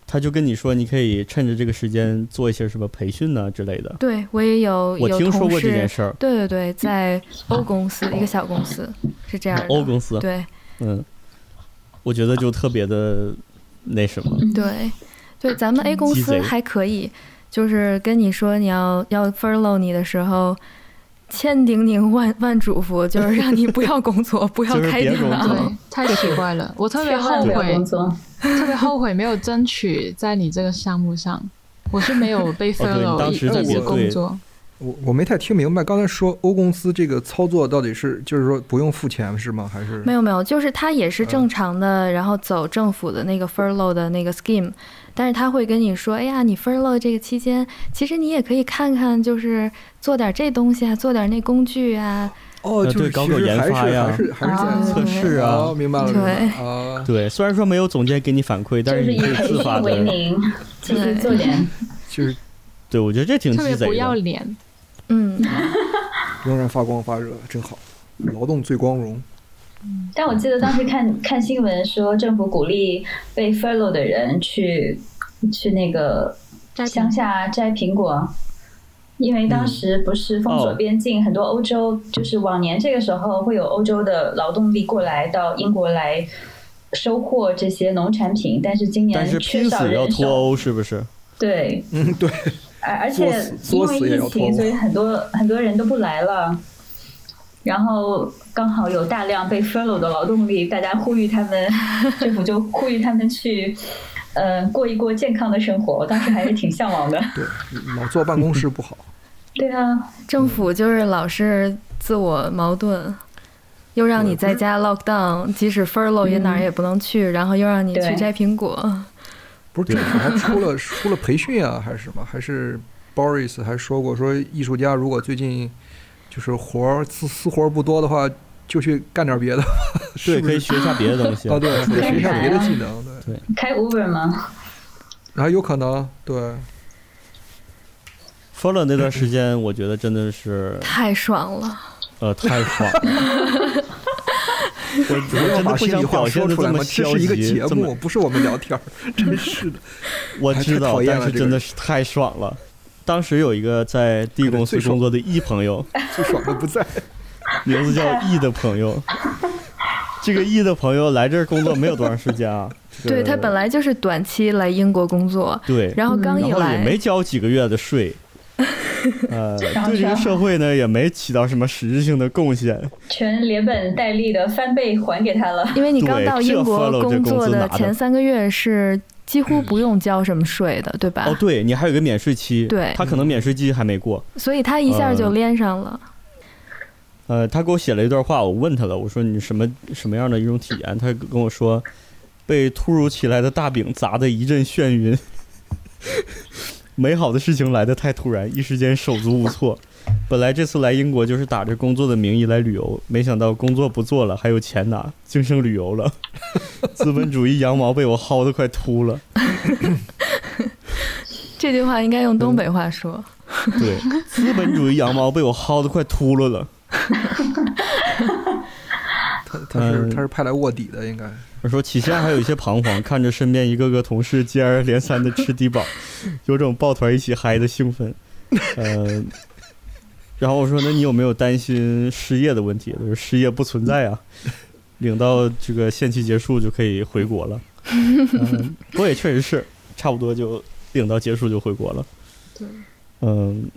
A: 他就跟你说，你可以趁着这个时间做一些什么培训呐、之类的。
D: 对我也有
A: 我
D: 有
A: 听说
D: 同
A: 过这
D: 事
A: 件事儿，
D: 对对对，在欧公司一个小公司是这样的，
A: 欧公司，
D: 对，
A: 嗯，我觉得就特别的那什么，
D: 对，对，咱们 A 公
A: 嗯鸡
D: 司
A: 贼
D: 还可以，就是跟你说你要要 furlough 你的时候，千叮咛万万嘱咐，就是让你不要工作，不要
A: 就是
D: 开
A: 别
D: 电
A: 工
B: 哦
D: 脑。
A: 作
E: 对，太奇怪了，我特别
B: 千
E: 后
B: 万不要
E: 悔
B: 工，作，
E: 特别后悔没有争取在你这个项目上。我是没有被
A: 哦对你
E: furlough，、
A: 当
E: 一
A: 时在
E: 一直
A: 别
E: 工
A: 队
E: 作，
C: 我我没太听明白刚才说欧公司这个操作到底是就是说不用付钱是吗？还是
D: 没有没有，就是他也
A: 嗯
D: 是正常的，然后走政府的那个 furlough 的那个 scheme，但是他会跟你说，哎呀，你 furlough 这个期间，其实你也可以看看，就是做点这东西啊，做点那工具啊，
C: 哦，
A: 呃
C: 就是
A: 对搞搞
C: 其实
A: 研
C: 还
A: 发
C: 是
A: 呀
C: 还是还是
B: 啊
C: 在
A: 测试啊
C: 哦，明白了，明白了啊。
A: 对，虽然说没有总监给你反馈，但
B: 就是是
A: 你
B: 以
A: 可以
B: 培
A: 自发
B: 训为
A: 的。
B: 名，自己做点。
C: 就是
A: 对，我觉得这挺
E: 特别
A: 鸡
E: 不
A: 贼
E: 要
A: 的。
E: 脸。
D: 嗯，
C: 仍然发光发热，真好，劳动最光荣。
B: 但我记得当时看看新闻说，政府鼓励被 furlough 的人去去那个
E: 摘
B: 乡下摘苹果，因为
C: 嗯
B: 当时不是封锁
A: 哦
B: 边境，很多欧洲就是往年这个时候会有欧洲的劳动力过来到英国来收获这些农产品，但是今
A: 但
B: 年
A: 是
B: 缺
A: 拼
B: 少
A: 死要
B: 人
A: 脱
B: 手。
A: 欧是不是？
B: 对，
C: 嗯，对，
B: 而而
C: 作
B: 且
C: 死
B: 因
C: 作
B: 为
C: 死也要
B: 疫
C: 脱
B: 情，
C: 欧
B: 所以很多很多人都不来了。然后刚好有大量被 furlough 的劳动力，大家呼吁他们， 政府就呼吁他们去，呃，过一过健康的生活。我当时还是挺向往的。
C: 对，老坐办公室不好。
B: 对啊，
D: 政府就是老是自我矛盾，又让
A: 嗯
D: 你在家 lockdown，即使 furlough 也哪儿也不能去，然后又让你去
B: 对
D: 摘苹果。
C: 不是政府还出了出了培训啊，还是什么？还是 Boris 还说过说，艺术家如果最近就是活儿私私活儿不多的话，就去干点别的吧。
A: 对，
C: 是不
A: 可以
C: 是
A: 学一下别的东西。
C: 啊，对，出去学一下别的技能，对，
B: 开 Uber 吗？
C: 然后有可能对，
A: f o l l o w 那段时间，我觉得真的是
D: 太爽了！
A: 呃太爽了。我
C: 不
A: 我
C: 要
A: 真的
C: 把
A: 不
C: 心
A: 想
C: 里
A: 表
C: 话
A: 现
C: 说
A: 的这
C: 出来
A: 么
C: 嘛，这
A: 消
C: 是一个
A: 极
C: 节，
A: 这么
C: 目，不是我们聊 天儿，真是的。
A: 我知
C: 太
A: 道
C: 讨，厌
A: 但
C: 了
A: 是
C: 这个
A: 真的
C: 人
A: 是太爽了。当时有一个在 D 公司
C: 最爽
A: 工作的 E 朋友，
C: 最爽的不 在，
A: 名字叫 E 的朋友，这个 E 的朋友来这儿工作没有多长时间啊。这个
D: 对他本来就是短期来英国工作，
A: 对，
D: 然后刚
A: 嗯然
D: 一
A: 后也
D: 来，
A: 没交几个月的税，呃，
B: 后
A: 对这个
B: 全
A: 社会呢也没起到什么实质性的贡献。
B: 全连本带利的翻倍还给他 了。
D: 因为你刚
A: 对
D: 到
A: 这
D: 英国
A: follow 这
D: 工
A: 工
D: 作
A: 资拿
D: 的
A: 的
D: 前三个月是几乎不用交什么税的，对吧？
A: 哦，对你还有一个免税期，
D: 啊对
A: 他可能免税期还没过。
D: 所以他一下就连上了。
A: 嗯呃，他给我写了一段话，我问他了，我说你什么什么样的一种体验？他跟我说，被突如其来的大饼砸得一阵眩晕， 美好的事情来得太突然，一时间手足无措。本来这次来英国就是打着工作的名义来旅游，没想到工作不做了，还有钱拿， 竟剩旅游了。资本主义羊毛被我薅得快秃了。
D: 这句话应该用东北话说。
A: 对，资本主义羊毛被我薅得快秃噜了。
C: 他他是
A: 嗯
C: 他是派来卧底的，应该。
A: 我说起先还有一些彷徨， 看着身边一个个同事接二连三的吃低保， 有种抱团一起嗨的兴奋。呃，然后我说：“那你有没有担心失业的问题？”他说：“失业不存在啊， 领到这个限期结束就可以回国了。嗯不过也确实是，差不多就领到结束就回国了。
E: 对，
A: 嗯，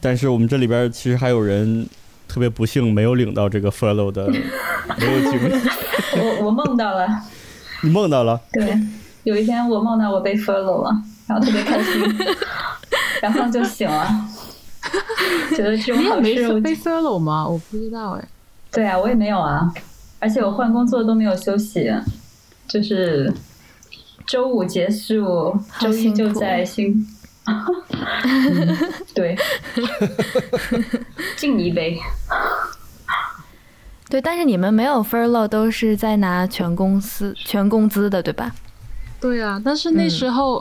A: 但是我们这里边其实还有人特别不幸没有领到这个 furlough 的，没有经历。
B: 我我梦到了，
A: 你梦到了？
B: 对，有一天我梦到我被 furlough 了，然后特别开心，然后就醒了，觉得这种
E: 你也
B: 好
E: 没
B: 事我
E: 被 furlough 吗？我不知道哎。
B: 对啊，我也没有啊，而且我换工作都没有休息，就是周五结束，
D: 好
B: 周一
D: 辛
B: 就
D: 苦
B: 在新。 嗯、对，敬你一杯。
D: 对，但是你们没有 furlough，都是在拿全公司全工资的，对吧？
E: 对啊，但是那时候，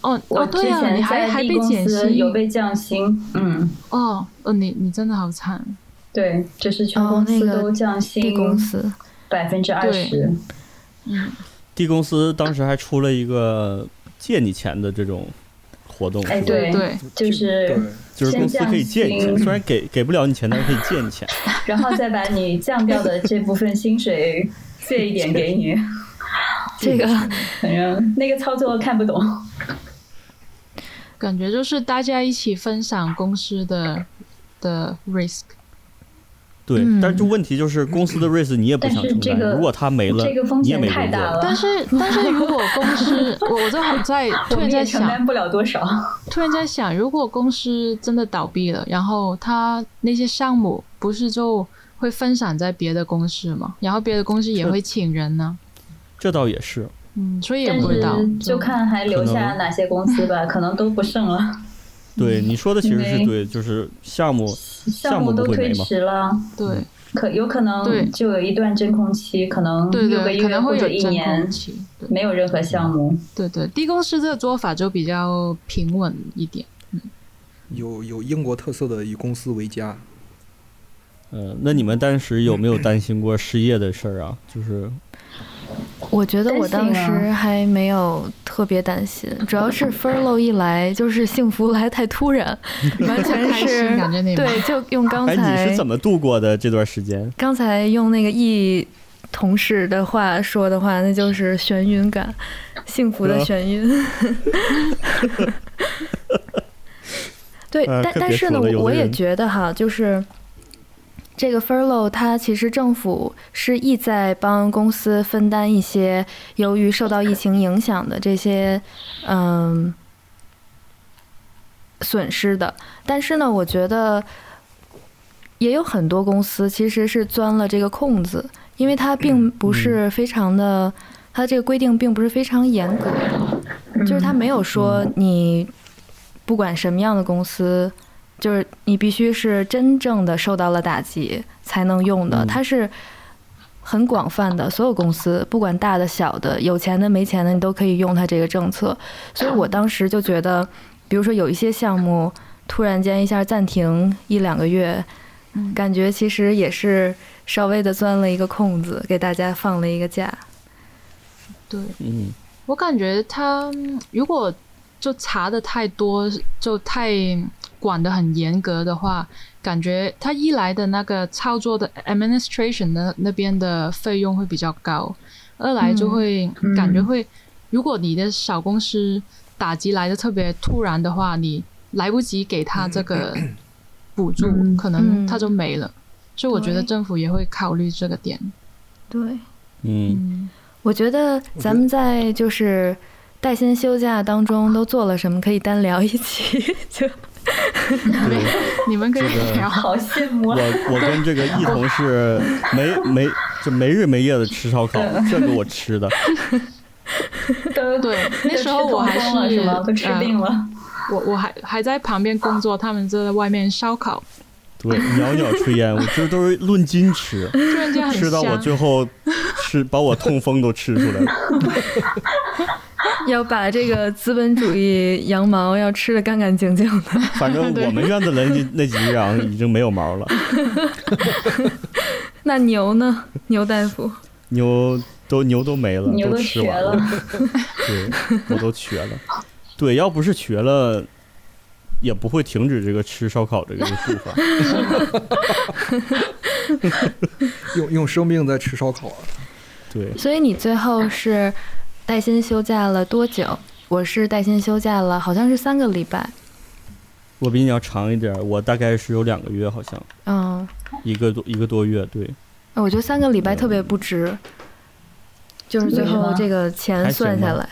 E: 哦
B: 我
E: 哦，
B: 嗯之
E: 对啊，
B: 前
E: 你还
B: 在
E: 还
B: B
E: 被
B: 公
E: 减
B: 司
E: 薪，
B: 有被降薪，嗯，
E: 哦哦，你你真的好惨。
B: 对，就是全
D: 哦
B: 公司
D: 那个
B: 都降
D: 地
B: 薪
D: 公司。
B: 百分之二十
E: 对。嗯，
A: D 公司当时还出了一个借你钱的这种活动，
B: 哎
A: 是吧
B: 对
E: 对，
B: 就是
C: 对
A: 就是公司可以借你
B: 先
A: 钱，
B: 降薪
A: 虽然给给不了你钱，但是可以借你钱。
B: 然后再把你降掉的这部分 薪水借一点给你，
D: 这个
B: 反正那个操作看不懂。
E: 感觉就是大家一起分享公司的的 risk。
A: 对，
D: 嗯
A: 但是问题就是公司的 risk 你也不想承担，
B: 但是这个
A: 如果他没了，
B: 这个风
A: 你也
B: 险
A: 没
B: 太
A: 工作
B: 大
A: 了。
B: 了，
E: 但是但是如果公司， 我我就好在
B: 我
E: 突然
B: 们
E: 在
B: 也承
E: 想，
B: 担不了多少。
E: 突然在想，如果公司真的倒闭了，然后他那些项目不是就会分散在别的公司吗？然后别的公司也会请人呢、
A: 这倒也是，
E: 嗯，所以也
B: 但
E: 不知道
B: 是。就看还留下哪些公司吧，可能都不剩 了，
A: 对
B: 嗯
A: 你说的其实是
B: 因
A: 对，就是项目
B: 项目都
A: 不会没
B: 推
A: 吗
B: 迟了，
E: 对
B: 可有可
E: 对
B: 能就有一段真空期，可能
E: 对
B: 六个
E: 对，可
B: 月
E: 能
B: 或
E: 会
B: 者
E: 有
B: 一
E: 真
B: 年
E: 空期。对
B: 没有任何项目。
E: 对对，D 公司这个做法就比较平稳一点。
C: 有有英国特色的以公司为家，
B: 嗯
A: 呃，那你们当时有没有担心过失业的事儿啊？就是
D: 我觉得我
B: 担心
D: 当
B: 啊
D: 时还没有特别担心，主要是 furlough 一来就是幸福来太 突然，完全
E: 开
D: 是
E: 心感觉那种
D: 对，就用刚
A: 哎，你
D: 才
A: 是怎么度过的这段时间？
D: 刚才用那个 E 同事的话说的话，那就是眩晕感，幸福的眩晕。 对，
A: 哎呀
D: 但
A: 可
D: 但
A: 别
D: 是
A: 说
D: 呢
A: 了有，的
D: 我也
A: 人
D: 觉得哈，就是这个 furlough，它其实政府是意在帮公司分担一些由于受到疫情影响的这些嗯损失的。但是呢，我觉得也有很多公司其实是钻了这个空子，因为它并不是非常的，它的这个规定并不是非常严格，就是它没有说你不管什么样的公司，就是你必须是真正的受到了打击才能用的，
A: 嗯
D: 它是。很广泛的，所有公司，不管大的小的，有钱的没钱的，你都可以用它这个政策。所以我当时就觉得，比如说有一些项目突然间一下暂停一两个月，感觉其实也是稍微的钻了一个空子，给大家放了一个假。
E: 对
A: 嗯，
E: 我感觉他嗯如果就查的太多，就太管得很严格的话，感觉他一来的那个操作的 administration 的那边的费用会比较高，二来就会
B: 嗯
E: 感觉会，如果你的小公司打击来的特别突然的话，你来不及给他这个补助，
B: 嗯
E: 可
D: 嗯
E: 能他就没了。所以我觉得
D: 对
E: 政府也会考虑这个点。
D: 对，
A: 嗯，
E: 嗯，
D: 我觉得咱们在就是带薪休假当中都做了什么，可以单聊一期。 就
A: 对，
E: 你们可以
A: 这个
E: 聊。
B: 好羡慕啊！
A: 我 我跟这个易同事没没就没日没夜的吃烧烤，这个我吃的，
B: 都
E: 对，那
B: 都
E: 时候
B: 吃
E: 我还
B: 痛风了
E: 是
B: 吗？都吃
E: 呃
B: 病了。
E: 我我还还在旁边工作，他们就在外面烧烤，
A: 对，袅袅炊烟，我这都是论斤吃，
E: 突然间很
A: 吃到我
E: 香。
A: 最后吃把我痛风都吃出来了，
D: 要把这个资本主义羊毛要吃的干干净净的。
A: 反正我们院子人那几样已经没有毛了，
D: 那牛呢？牛大夫，
A: 牛都牛都没了，
B: 牛
A: 都
B: 都
A: 吃
B: 瘸
A: 完
B: 了，
A: 对，我都瘸了。对，要不是瘸了，也不会停止这个吃烧烤这个步 伐。
C: 用用生命在吃烧烤 啊！
A: 对，
D: 所以你最后是带薪休假了多久？我是带薪休假了，好像是三个礼拜。
A: 我比你要长一点儿，我大概是有两个月，好像
D: 嗯，
A: 一个多一个多月，对，
D: 我觉得三个礼拜特别不值，就是最
B: 为什
D: 后
B: 么
D: 这个钱算下来，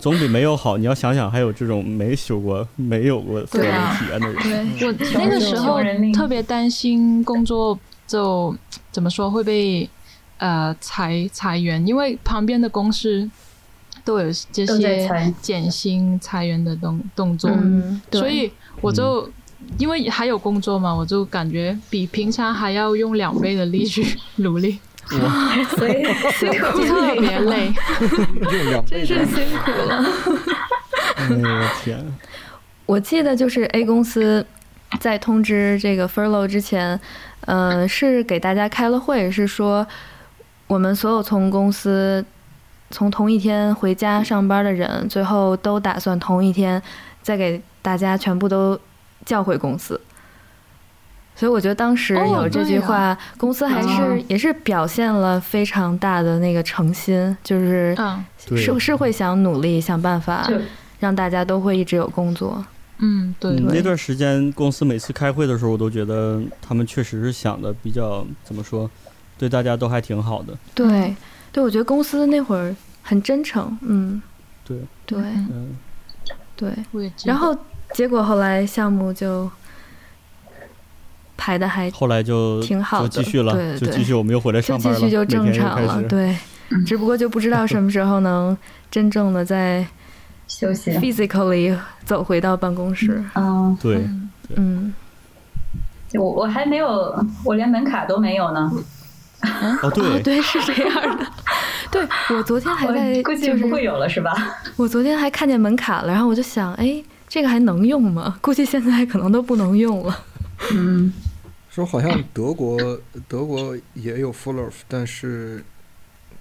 A: 总比没有好。你要想想，还有这种没休过、没有过这
E: 对
A: 种
E: 啊
A: 体验的人，
D: 对，
E: 我那个时候特别担心工作就怎么说会被呃裁裁员，因为旁边的公司都有这
B: 都在
E: 些
B: 裁
E: 减薪裁员的动动作，
D: 嗯，对
E: 所以我就、
C: 嗯
E: 因为还有工作嘛，我就感觉比平常还要用两倍的力去努 力，
B: 所以所以我就
E: 特
B: 那
E: 别
B: 个
E: 累。
C: 用两倍
D: 真是辛苦了。
A: 哎呦我天，
D: 我记得就是 A 公司在通知这个 furlough 之前，呃，是给大家开了会，是说我们所有从公司从同一天回家上班的人，最后都打算同一天再给大家全部都叫回公司。所以我觉得当时
E: 哦
D: 有这句
E: 对啊嗯
D: 话，公司还是、
B: 哦
D: 也是表现了非常大的那个诚心，就是
E: 嗯
A: 对
D: 是是会想努力想办法
B: 就
D: 让大家都会一直有工作。
E: 嗯，对。
A: 嗯，
D: 对
A: 那段时间公司每次开会的时候，我都觉得他们确实是想的比较怎么说，对大家都还挺好的。
D: 对，对，我觉得公司那会儿很真诚，嗯，
A: 对，
D: 对
E: 嗯
A: 嗯，
D: 对。
E: 我也知道
D: 然后结果后来项目就排的还
A: 后来就
D: 挺好的
A: 就继续了，
D: 对对对
A: 就继续，我们又回来
D: 就
A: 上班
D: 继
A: 了，
D: 续就
A: 每天
D: 正
A: 又
D: 常
A: 开
D: 了，
A: 始
D: 对。只不过就不知道什么时候能真正的在
B: 休息。
D: physically 走回到办公室，
B: 嗯，
A: 对
E: 嗯
D: 嗯，
B: 我我还没有，我连门卡都没有呢。
A: 哦
D: 哦
C: 啊
A: 对，
D: 对，是这样的。对我昨天还在
B: 我估计
D: 就是
B: 不会有了，是吧？
D: 我昨天还看见门卡了，然后我就想，哎，这个还能用吗？估计现在可能都不能用了。
B: 嗯，
C: 说好像德国德国也有 full of，但是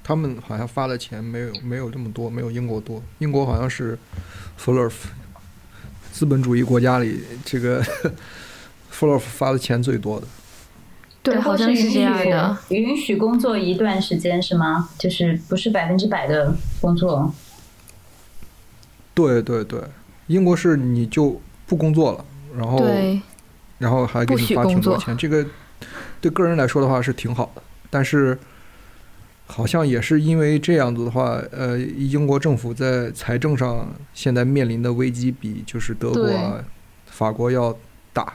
C: 他们好像发的钱没有没有这么多，没有英国多。英国好像是 full of 资本主义国家里这个 full of 发的钱最多的。
D: 对，
B: 德
D: 好
B: 国
D: 像
B: 是
D: 是这样的。
B: 允许允许工作一段时间是吗？就是不是百分之百的工作？
C: 对对对，英国是你就不工作了，然后
D: 对，
C: 然后还给
D: 不
C: 你
D: 许
C: 发挺
D: 工作
C: 多钱，这个对个人来说的话是挺好的，但是好像也是因为这样子的话，呃，英国政府在财政上现在面临的危机比就是德国啊、法国要大。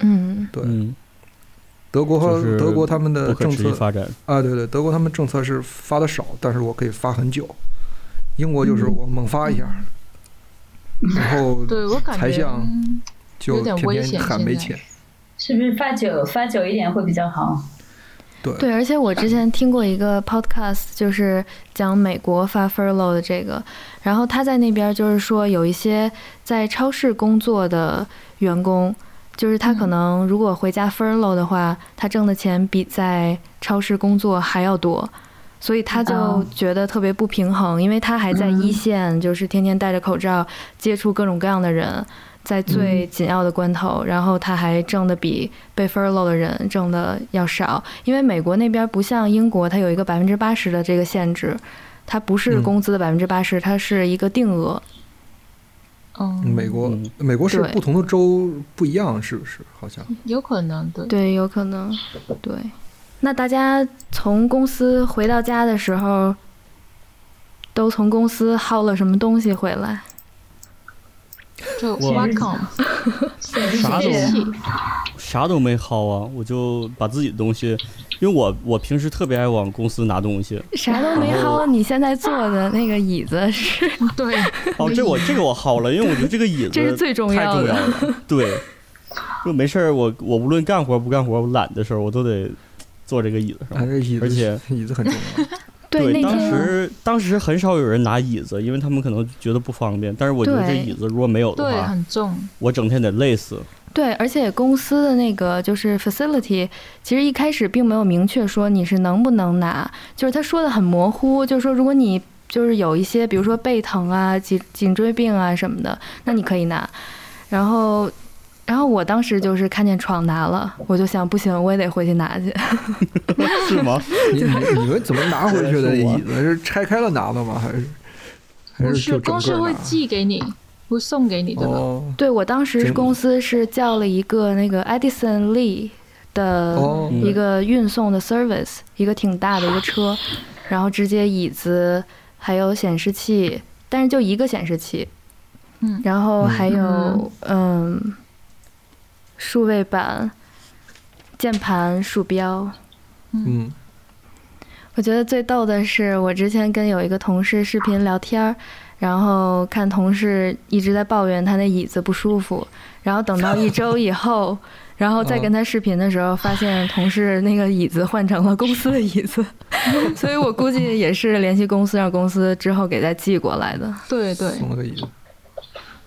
D: 嗯，
C: 对，
A: 嗯，
C: 德国和、
A: 就是
C: 德国他们
A: 不
C: 的
A: 可
C: 政
A: 持续
C: 策
A: 发展。
C: 啊，对对，德国他们政策是发的少，但是我可以发很久。英国
D: 嗯
C: 就是我猛发一下，然 后
E: 对我感
C: 才
E: 觉
C: 像
E: 嗯
C: 就
E: 有点
C: 天
E: 危
C: 天
E: 险
C: 喊
E: 现
C: 没
E: 在
C: 钱。
B: 是不是发久发久一点会比较好？
C: 对
D: 对，而且我之前听过一个 podcast，就是讲美国发 furlough 的这个，然后他在那边就是说有一些在超市工作的员工，就是他
B: 嗯
D: 可能如果回家 furlough 的话，他挣的钱比在超市工作还要多。所以他就
B: 哦
D: 觉得特别不平衡，因为他还在一
B: 嗯
D: 线，就是天天戴着口罩接触各种各样的人，在最
B: 嗯
D: 紧要的关头，然后他还挣的比被 furlough 的人挣的要少，因为美国那边不像英国，它有一个百分之八十的这个限制，它不是
C: 嗯
D: 工资的百分之八十，它是一个定额。
E: 哦，
C: 美国，
A: 嗯
C: 美国是
D: 对
C: 不同的州不一样，是不是？好像
E: 有可能对。
D: 对，有可能，对。那大家从公司回到家的时候，都从公司薅了什么东西回来？
E: 就
A: 我
E: 挖孔，
A: 啥都
E: 机器，
A: 啥都没薅啊，我就把自己的东西，因为我我平时特别爱往公司拿东西。
D: 啥都没
A: 然后
D: 薅，你现在坐的那个椅子是
E: 对，
A: 哦，这我这个我薅了，因为我觉得这个椅子
D: 这是最重
A: 呃太
D: 要
A: 重
D: 的
A: 要了。对，就没事儿，我我无论干活不干活，我懒的时候我都得坐这个椅子
C: 啊，
A: 上。
C: 这椅子，
A: 而且
C: 椅子很重 要。
A: 对，
D: 那
A: 当
D: 天
A: 时当时很少有人拿椅子，因为他们可能觉得不方便。但是我觉得这
D: 对
A: 椅子如果没有的
E: 对，
A: 话，
E: 很重，
A: 我整天得累死。
D: 对，而且公司的那个就是 facility，其实一开始并没有明确说你是能不能拿，就是他说的很模糊，就是说如果你就是有一些，比如说背疼啊、颈颈椎病啊什么的，那你可以拿。然后，然后我当时就是看见床拿了，我就想不行，我也得回去拿去。
A: 是吗？
C: 你你你们怎么拿回去的
A: 是我
C: 椅子？是拆开了拿的吗？还是还是就
E: 不
C: 是整
E: 公司
C: 个
E: 会
C: 拿？
E: 寄给你，会送给你的了。
C: 哦
D: 对我当时
C: 真
D: 公司是叫了一个那个 Edison Lee 的
C: 哦
D: 一个运送的 service，、一个挺大的一个车，然后直接椅子还有显示器，但是就一个显示器，
E: 嗯
D: 然后还有
E: 嗯
D: 嗯数位板、键盘、鼠标。
C: 嗯
D: 我觉得最逗的是，我之前跟有一个同事视频聊天儿，然后看同事一直在抱怨他那椅子不舒服，然后等到一周以后， 然后再跟他视频的时候，发现同事那个椅子换成了公司的椅子， 所以我估计也是联系公司，让公司之后给他寄过来的。
E: 对对，
C: 送了个椅子。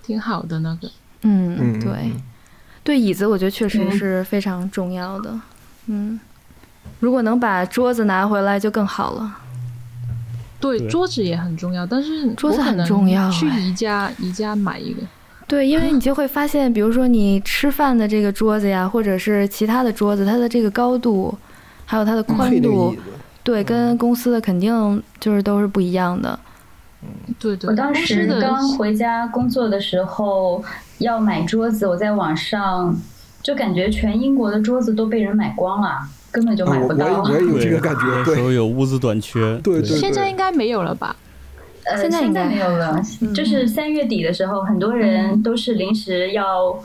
E: 挺好的那个。
D: 嗯，
C: 嗯，
D: 对
C: 嗯
D: 对，椅子我觉得确实
B: 嗯
D: 是非常重要的。嗯，如果能把桌子拿回来就更好了。
E: 对，
A: 对
E: 桌子也很重要，但是
D: 桌子
E: 我可
D: 很
E: 能
D: 重要
E: 去
D: 哎
E: 宜家，宜家买一个。
D: 对，因
A: 啊
D: 为你就会发现，比如说你吃饭的这个桌子呀，或者是其他的桌子，它的这个高度，还有它的
A: 嗯
C: 配
D: 宽
C: 那个
D: 度
C: 椅，子，
D: 对，跟公司的肯定就是都是不一样的。
E: 对对，
B: 我当
E: 公司
B: 时
E: 的
B: 刚回家工作的时候要买桌子，我在网上就感觉全英国的桌子都被人买光了，根本就
C: 啊
B: 买不
C: 我我也
B: 到。
C: 我也 有这个感
A: 那
C: 觉，
A: 时
C: 对
A: 候有物资短缺，
C: 对对
E: 现在应该没有了吧？
B: 呃，
D: 现
B: 现
D: 在应该
B: 没有了，就是三月底的时候，很多人都是临时要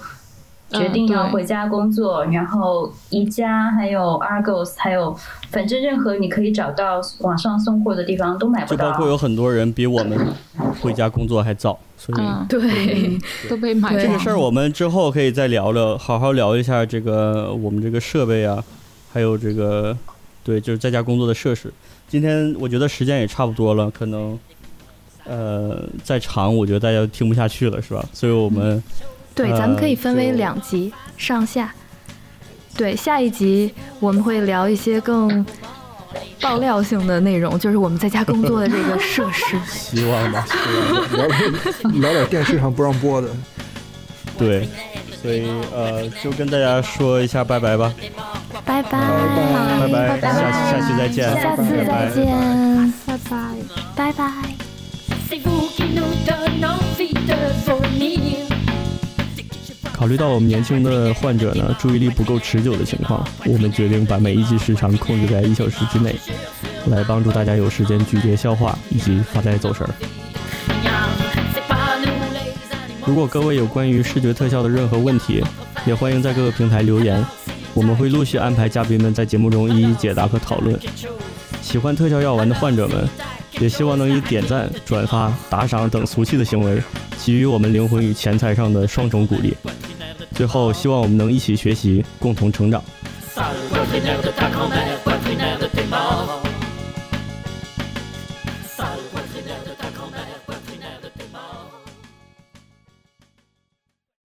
B: 决定要回家工作，然后宜家还有 Argos，还有反正任何你可以找到网上送货的地方都买不
A: 就
B: 到。
A: 包括有很多人比我们回家工作还早，所以
E: 嗯，
D: 对，
E: 都被买
D: 对
A: 这
E: 光
A: 个
E: 了。
A: 事儿我们之后可以再聊聊，好好聊一下这个我们这个设备啊，还有这个对，就是在家工作的设施。今天我觉得时间也差不多了，可能呃再长，我觉得大家听不下去了，是吧？所以我们
D: 对，
A: 呃
D: 咱们可以分为
A: 就
D: 两集上下。对，下一集我们会聊一些更爆料性的内容，就是我们在家工作的这个设施。
A: 希望吧，希望吧
C: 啊 聊点电视上不让播的。
A: 对，所以呃就跟大家说一下拜拜吧。
F: They mark up 拜拜，
A: 拜拜，
B: 拜
A: 下
B: 拜
A: 期下期再见，
F: 下次再
A: 拜拜
F: 见，拜拜，拜拜。
G: C'est vous qui nous donne envie de vomir.
A: 考虑到我们年轻的患者呢注意力不够持久的情况，我们决定把每一集时长控制在一小时之内，来帮助大家有时间咀嚼消化以及发呆走神儿。
G: C'est pas nous les animaux.
A: 如果各位有关于视觉特效的任何问题，也欢迎在各个平台留言，我们会陆续安排嘉宾们在节目中一一解答和讨论。喜欢特效药丸的患者们，也希望能以点赞、转发、打赏等俗气的行为，给予我们灵魂与钱财上的双重鼓励。最后，希望我们能一起学习，共同成长。
G: Sale poitrinaire de ta grand-mère, poitrinaire de tes morts.